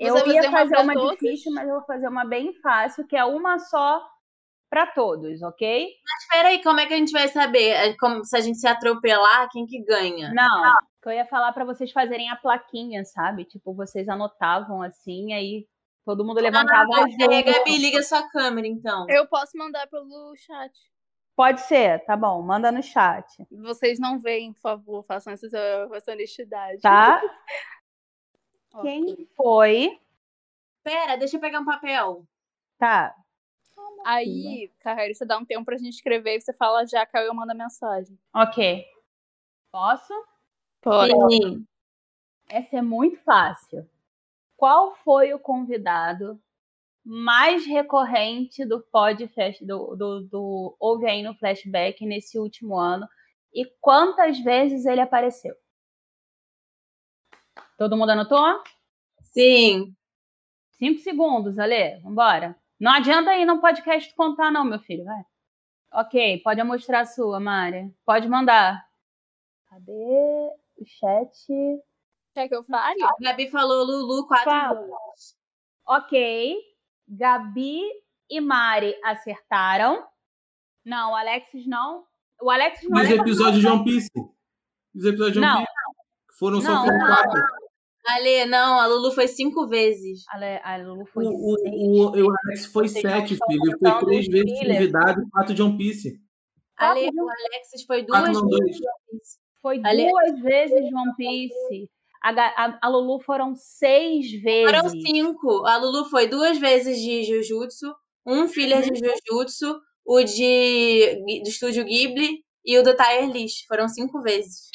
Speaker 3: Eu
Speaker 6: Você vai
Speaker 3: ia
Speaker 6: fazer uma
Speaker 3: fazer
Speaker 6: pra
Speaker 3: uma
Speaker 6: todos?
Speaker 3: difícil, mas eu vou fazer uma bem fácil, que é uma só pra todos, ok?
Speaker 4: Mas peraí, como é que a gente vai saber? É como se a gente se atropelar, quem que
Speaker 2: Ah.
Speaker 4: ganha?
Speaker 3: Não, que eu ia falar pra vocês fazerem a plaquinha, sabe? Tipo, vocês anotavam assim, aí todo mundo levantava
Speaker 4: Ah, é,
Speaker 3: junto.
Speaker 4: Gabi, liga sua câmera, então.
Speaker 6: Eu posso mandar pelo chat.
Speaker 3: Pode ser, tá bom, manda no chat,
Speaker 6: Vocês não veem, por favor, façam essa, essa honestidade. [LAUGHS]
Speaker 3: tá?
Speaker 6: Ó,
Speaker 3: Quem foi?
Speaker 4: Pera, deixa eu pegar um papel.
Speaker 3: Tá,
Speaker 6: Aí, Carreiro, você dá um tempo pra gente escrever e você fala já, que aí eu mando a mensagem.
Speaker 3: ok. Posso?
Speaker 6: Pode.
Speaker 4: Sim.
Speaker 3: Essa é muito fácil. Qual foi o convidado mais recorrente do podcast do, do, do Ouve aí no flashback nesse último ano? E quantas vezes ele apareceu? Todo mundo anotou?
Speaker 4: Sim.
Speaker 3: Cinco segundos, Ale. Vambora. Não adianta aí no podcast contar, não, meu filho. Vai. Ok, pode mostrar a sua, Mari. Pode mandar. Cadê o chat?
Speaker 6: Quer que eu fale?
Speaker 4: Gabi falou Lulu quatro
Speaker 3: Fala.
Speaker 4: vezes.
Speaker 3: Ok. Gabi e Mari acertaram. Não, o Alexis não. O Alexis não.
Speaker 2: Mas o
Speaker 3: lembra-
Speaker 2: episódio de One Piece. Os episódios de One
Speaker 3: Não.
Speaker 2: Piece. Foram só
Speaker 3: Não,
Speaker 2: foram
Speaker 3: não.
Speaker 2: quatro.
Speaker 4: Ale, não, a Lulu foi cinco vezes.
Speaker 3: Ale- A Lulu foi.
Speaker 2: O,
Speaker 3: seis.
Speaker 2: o, o, o Alex foi
Speaker 3: Vocês não
Speaker 2: sete,
Speaker 3: estão
Speaker 2: filho. Ele
Speaker 3: contando
Speaker 2: foi três
Speaker 3: os
Speaker 2: vezes
Speaker 3: fillers.
Speaker 2: convidado e quatro de One Piece.
Speaker 3: Quatro
Speaker 4: Ale,
Speaker 3: de
Speaker 4: o Alexis foi duas
Speaker 2: Quatro não, dois.
Speaker 4: vezes.
Speaker 3: Foi
Speaker 4: Ale-
Speaker 3: duas vezes One Piece. A, Ga- a- a Lulu foram seis vezes.
Speaker 4: Foram é cinco. A Lulu foi duas vezes de Jujutsu, um filler de
Speaker 3: Uhum.
Speaker 4: Jujutsu, o de do estúdio Ghibli e o do Tyre List. Foram cinco vezes.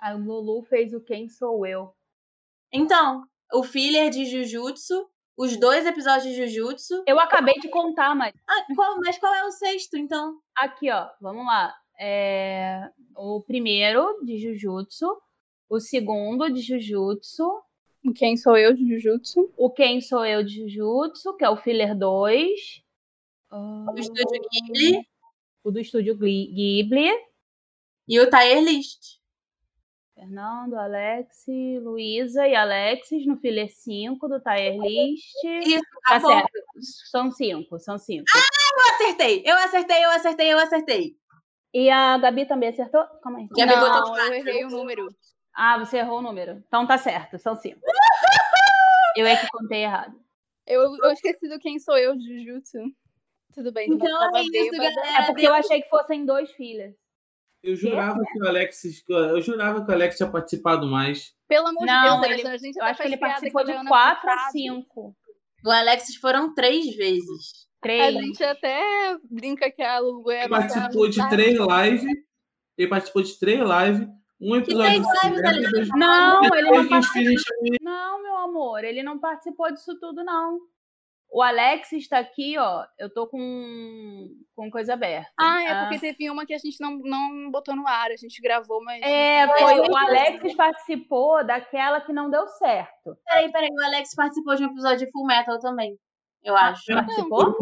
Speaker 3: A Lulu fez o Quem Sou Eu.
Speaker 4: Então, o filler de Jujutsu, os dois episódios de Jujutsu.
Speaker 3: Eu acabei de contar, Mari.
Speaker 4: Ah, qual- mas qual é o sexto, então?
Speaker 3: Aqui, ó, vamos lá. É, O primeiro de Jujutsu. O segundo de Jujutsu.
Speaker 6: Quem sou eu de Jujutsu?
Speaker 3: O Quem Sou Eu de Jujutsu, que é o Filler 2.
Speaker 4: O estúdio Ghibli
Speaker 3: O do estúdio Gli- Ghibli.
Speaker 4: e o Tyre List.
Speaker 3: Fernando, Alex, Luísa e Alexis no Filler 5 do Tire List.
Speaker 4: Isso,
Speaker 3: Tá
Speaker 4: acabou.
Speaker 3: certo. São cinco, são cinco.
Speaker 4: Eu acertei, eu acertei, eu acertei, eu acertei.
Speaker 3: E a Gabi também acertou? Calma aí.
Speaker 4: Gabi botou
Speaker 6: não,
Speaker 4: quatro.
Speaker 6: eu errei o número.
Speaker 3: Ah, você errou o número. Então tá certo, são cinco. Eu é que contei errado.
Speaker 6: Eu, eu esqueci do quem sou eu de Jujutsu. Tudo bem,
Speaker 4: Então
Speaker 6: eu tava
Speaker 4: é isso,
Speaker 6: bêbada.
Speaker 4: galera.
Speaker 3: É porque eu achei que fossem dois filhos.
Speaker 2: Eu jurava que o Alex. Eu jurava que o Alex tinha participado mais.
Speaker 6: Pelo amor
Speaker 3: Não,
Speaker 6: de Deus,
Speaker 3: ele-
Speaker 6: Alexandre, a gente
Speaker 3: Eu
Speaker 6: já
Speaker 3: acho que
Speaker 6: faz
Speaker 3: ele
Speaker 6: piada
Speaker 3: participou
Speaker 6: que é a
Speaker 3: de
Speaker 6: Mariana
Speaker 3: quatro assim, um
Speaker 6: sabe.
Speaker 3: a cinco.
Speaker 4: O Alexis foram três vezes.
Speaker 6: A
Speaker 3: Três.
Speaker 6: gente até brinca que a Lu é a
Speaker 2: Ele
Speaker 6: nossa
Speaker 3: tá
Speaker 2: participou de
Speaker 6: amizade.
Speaker 2: três lives. Ele participou de três lives. Um episódio.
Speaker 4: três lives,
Speaker 2: secreto,
Speaker 4: Alexandre?
Speaker 2: dois-
Speaker 3: Não, ele não
Speaker 2: Depois que os filhos
Speaker 3: Não, meu amor, ele não participou disso tudo, não. O Alex está aqui, ó. Eu tô com, com coisa aberta.
Speaker 6: Ah, é porque teve uma que a gente não, não botou no ar, a gente gravou, mas.
Speaker 3: É, foi o Alex participou daquela que não deu certo.
Speaker 4: Peraí, peraí, o Alex participou de um episódio de Full Metal também, eu acho.
Speaker 3: Participou?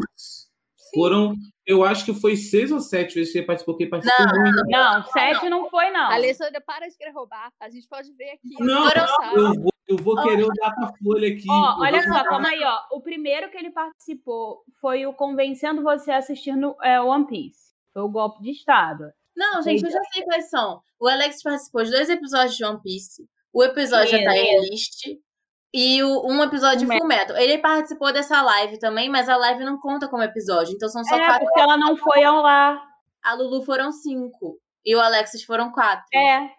Speaker 2: Foram, eu acho que foi seis ou sete vezes que ele participou, que ele participou muito.
Speaker 3: Não, sete não foi, não.
Speaker 1: Alessandra, para de querer roubar. A gente pode ver aqui.
Speaker 2: Não,
Speaker 1: Agora eu
Speaker 2: eu
Speaker 1: sabe.
Speaker 2: vou, eu vou querer o Datafolha aqui.
Speaker 3: Ah. Ó,
Speaker 2: Eu
Speaker 3: olha
Speaker 2: vou-
Speaker 3: só, calma aí, ó. O primeiro que ele participou foi o convencendo você a assistir no é, One Piece. Foi o golpe de Estado.
Speaker 4: Não, gente, eu já sei quais são. O Alex participou de dois episódios de One Piece, o episódio é da Tiny List e o- um episódio de Fullmetal. Ele participou dessa live também, mas a live não conta como episódio, então são só
Speaker 3: é,
Speaker 4: quatro.
Speaker 3: porque ela não foi ao ar.
Speaker 4: A Lulu foram cinco e o Alexis foram quatro.
Speaker 3: É,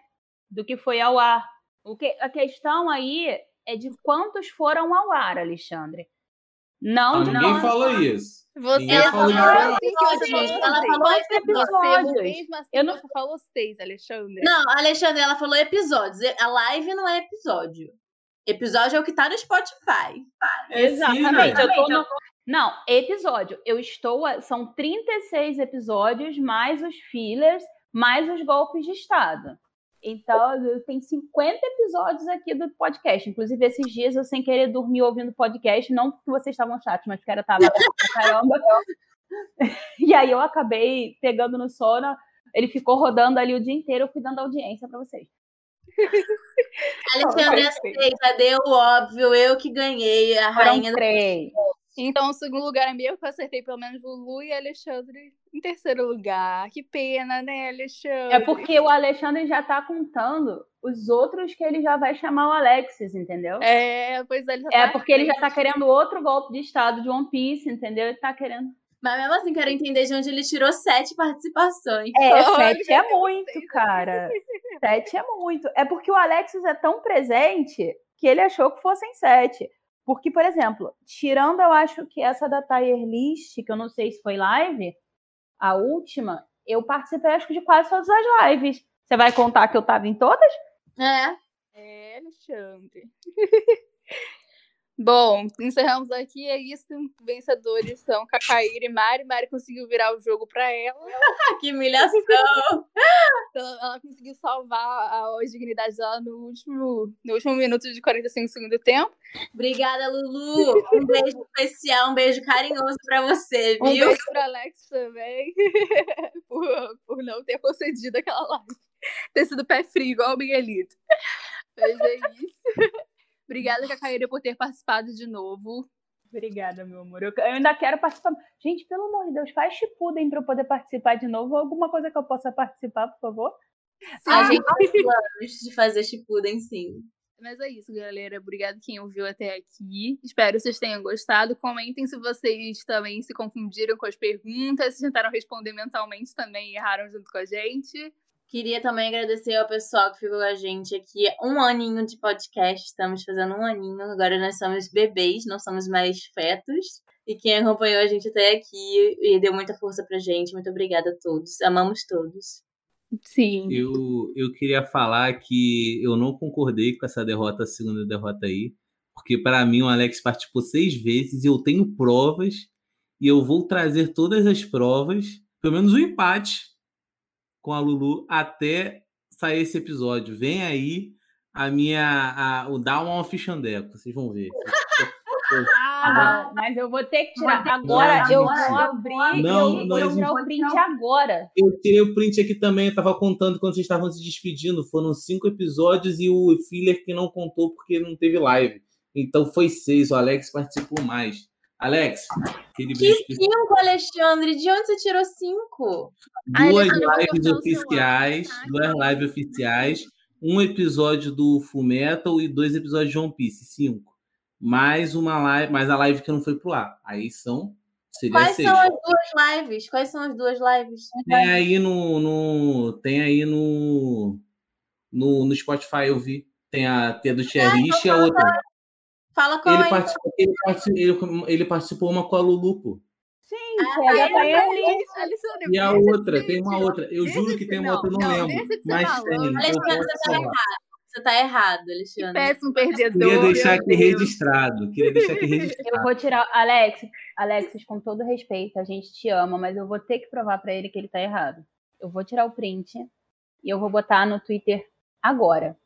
Speaker 3: do que foi ao ar. O que, a questão aí é de quantos foram ao ar, Alexandre. Não de
Speaker 2: Ah, Ninguém
Speaker 3: quantos.
Speaker 2: falou isso.
Speaker 1: Você
Speaker 2: Ninguém falou de
Speaker 1: falou
Speaker 2: nada.
Speaker 1: assim que você falou
Speaker 4: Ela
Speaker 1: seis.
Speaker 4: falou
Speaker 3: Quantos
Speaker 1: assim, Você, é
Speaker 3: episódios?
Speaker 1: mesmo assim,
Speaker 3: Eu não-
Speaker 1: você falou seis, Alexandre.
Speaker 4: Não, Alexandre, ela falou episódios. A live não é episódio. Episódio é o que tá no Spotify.
Speaker 2: É
Speaker 3: Exatamente.
Speaker 2: sim,
Speaker 3: Eu tô no... Não, episódio. Eu estou. a- São 36 episódios, mais os fillers, mais os golpes de Estado. Então, eu- tem 50 episódios aqui do podcast. Inclusive, esses dias eu, sem querer, dormi ouvindo podcast. Não porque vocês estavam chatos, mas porque era tava pra caramba. [LAUGHS] E aí, eu acabei pegando no sono. Ele ficou rodando ali o dia inteiro. Eu fui dando audiência pra vocês.
Speaker 4: Alexandre aceita, deu o óbvio, eu que ganhei, a
Speaker 3: Foram
Speaker 4: rainha do
Speaker 3: três.
Speaker 1: Então, o segundo lugar é meu, que eu acertei pelo menos Lulu e Alexandre em terceiro lugar. Que pena, né, Alexandre?
Speaker 3: É porque o Alexandre já tá contando os outros que ele já vai chamar o Alexis, entendeu? É,
Speaker 1: É, pois ele já tá
Speaker 3: porque ele já tá querendo outro golpe de estado de One Piece, entendeu? Ele tá querendo.
Speaker 4: Mas mesmo assim, quero entender de onde ele tirou sete participações.
Speaker 3: É,
Speaker 1: Olha,
Speaker 3: sete
Speaker 1: meu
Speaker 3: é
Speaker 1: Deus,
Speaker 3: muito,
Speaker 1: seis.
Speaker 3: cara. [LAUGHS] Sete é muito. É porque o Alexis é tão presente que ele achou que fossem sete. Porque, por exemplo, tirando, eu acho que essa da Tire List, que eu não sei se foi live, a última, eu participei, acho que, de quase todas as lives. Você vai contar que eu tava em todas?
Speaker 4: É.
Speaker 1: [LAUGHS] É, Alexandre. [LAUGHS] Bom, encerramos aqui. É isso. Vencedores são Cacaíra e Mari. Mari conseguiu virar o jogo pra ela.
Speaker 4: Ah, que [LAUGHS] humilhação.
Speaker 1: Então, ela conseguiu salvar a, a dignidade dela no último, no último minuto de 45 segundos do tempo.
Speaker 4: Obrigada, Lulu. Um beijo especial, um beijo carinhoso pra você,
Speaker 1: Um
Speaker 4: viu?
Speaker 1: beijo pra Alex também, [LAUGHS] por, por não ter concedido aquela live. Ter sido pé frio, igual o Miguelito. Mas é isso. Obrigada, Cacaíra, por ter participado de novo.
Speaker 3: Obrigada, meu amor. Eu, eu ainda quero participar. Gente, pelo amor de Deus, faz chipudem para eu poder participar de novo. Alguma coisa que eu possa participar, por favor?
Speaker 4: A
Speaker 1: Sim.
Speaker 4: gente tem planos de fazer Shippuden, sim.
Speaker 1: Mas é isso, galera. Obrigado quem ouviu até aqui. Espero que vocês tenham gostado. Comentem se vocês também se confundiram com as perguntas, se tentaram responder mentalmente também e erraram junto com a gente.
Speaker 4: Queria também agradecer ao pessoal que ficou com a gente aqui. Um aninho de podcast, estamos fazendo um aninho. Agora nós somos bebês, não somos mais fetos. E quem acompanhou a gente até aqui e deu muita força pra gente, muito obrigada a todos. Amamos todos.
Speaker 1: Sim.
Speaker 2: Eu, eu queria falar que eu não concordei com essa derrota, a segunda derrota aí, porque para mim o Alex participou seis vezes e eu tenho provas e eu vou trazer todas as provas, pelo menos um empate com a Lulu até sair esse episódio. Vem aí a minha a, o Down on Fish and Deco, vocês vão ver.
Speaker 3: Ah, mas eu vou ter que tirar. Agora
Speaker 2: Não,
Speaker 3: eu
Speaker 2: gente.
Speaker 3: vou abrir
Speaker 2: Não,
Speaker 3: e eu
Speaker 2: não
Speaker 3: vou tirar
Speaker 2: existe.
Speaker 3: o print agora.
Speaker 2: Eu tirei o print aqui também, eu tava contando quando vocês estavam se despedindo. Foram cinco episódios e o filler que não contou porque não teve live. Então foi seis, o Alex participou mais. Alex, aquele
Speaker 4: Que
Speaker 2: beijo especial.
Speaker 4: cinco, Alexandre? De onde você tirou cinco?
Speaker 1: Ah,
Speaker 2: duas
Speaker 1: Alexandre, vou
Speaker 2: lives
Speaker 1: cortar o seu
Speaker 2: oficiais,
Speaker 1: áudio, tá?
Speaker 2: duas lives oficiais, um episódio do Full Metal e dois episódios de One Piece, cinco. Mais uma live, mais a live que não foi pro ar. Aí são, seria
Speaker 4: Quais
Speaker 2: seis.
Speaker 4: são as duas lives? Quais são as duas lives?
Speaker 2: Tem aí no, no tem aí no, no no Spotify eu vi. Tem a tem a do Cherrish e a outra.
Speaker 4: Fala qual
Speaker 2: Ele
Speaker 4: é.
Speaker 2: participou, ele, participou, ele, ele participou uma com a Lulu, pô.
Speaker 3: Gente, ela tá aí ali.
Speaker 1: Alexandre,
Speaker 2: E a
Speaker 1: deixa
Speaker 2: outra,
Speaker 1: de-
Speaker 2: tem uma outra. Eu
Speaker 1: Deixa
Speaker 2: juro
Speaker 1: de
Speaker 2: que
Speaker 1: ser-
Speaker 2: tem uma outra, eu não,
Speaker 1: não, deixa
Speaker 2: lembro.
Speaker 1: de ser
Speaker 2: Mas
Speaker 1: malandro.
Speaker 2: tem. eu
Speaker 4: Alexandre,
Speaker 2: posso
Speaker 4: você tá
Speaker 2: falar.
Speaker 4: errado. Você tá errado, Alexandre.
Speaker 1: Péssimo perdedor.
Speaker 2: Queria deixar
Speaker 1: meu
Speaker 2: aqui
Speaker 1: Deus.
Speaker 2: registrado. Queria deixar
Speaker 1: [LAUGHS]
Speaker 2: aqui
Speaker 3: Eu
Speaker 2: registrado.
Speaker 3: vou tirar. Alex, Alexis, com todo respeito, a gente te ama, mas eu vou ter que provar pra ele que ele tá errado. Eu vou tirar o print e eu vou botar no Twitter agora.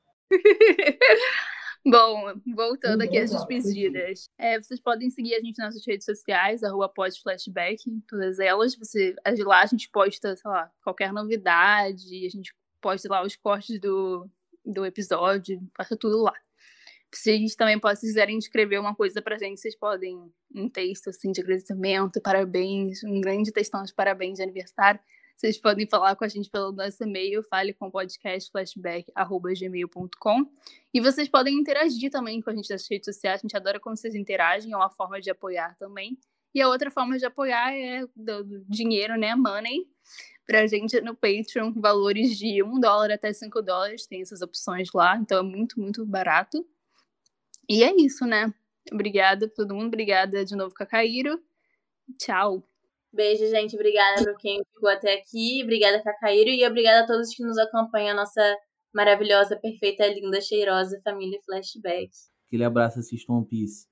Speaker 1: Bom, voltando aqui às despedidas. É, vocês podem seguir a gente nas nossas redes sociais, arroba podflashback, em todas elas. Você, de lá a gente posta, sei lá, qualquer novidade, a gente posta lá os cortes do, do episódio, passa tudo lá. Se a gente também pode, se quiserem escrever uma coisa pra gente, vocês podem um texto assim de agradecimento, parabéns, um grande textão de parabéns de aniversário. Vocês podem falar com a gente pelo nosso e-mail, fale com podcastflashback.gmail.com. E vocês podem interagir também com a gente nas redes sociais. A gente adora quando vocês interagem, é uma forma de apoiar também. E a outra forma de apoiar é do dinheiro, né? Money pra gente no Patreon, valores de 1 dólar até 5 dólares, tem essas opções lá, então é muito, muito barato. E é isso, né? Obrigada a todo mundo, obrigada de novo, Cacaíro. Tchau.
Speaker 4: Beijo, gente. Obrigada por quem ficou até aqui. Obrigada, Cacaíro. E obrigada a todos que nos acompanham, a nossa maravilhosa, perfeita, linda, cheirosa família Flashback.
Speaker 2: Aquele abraço, assista One Piece.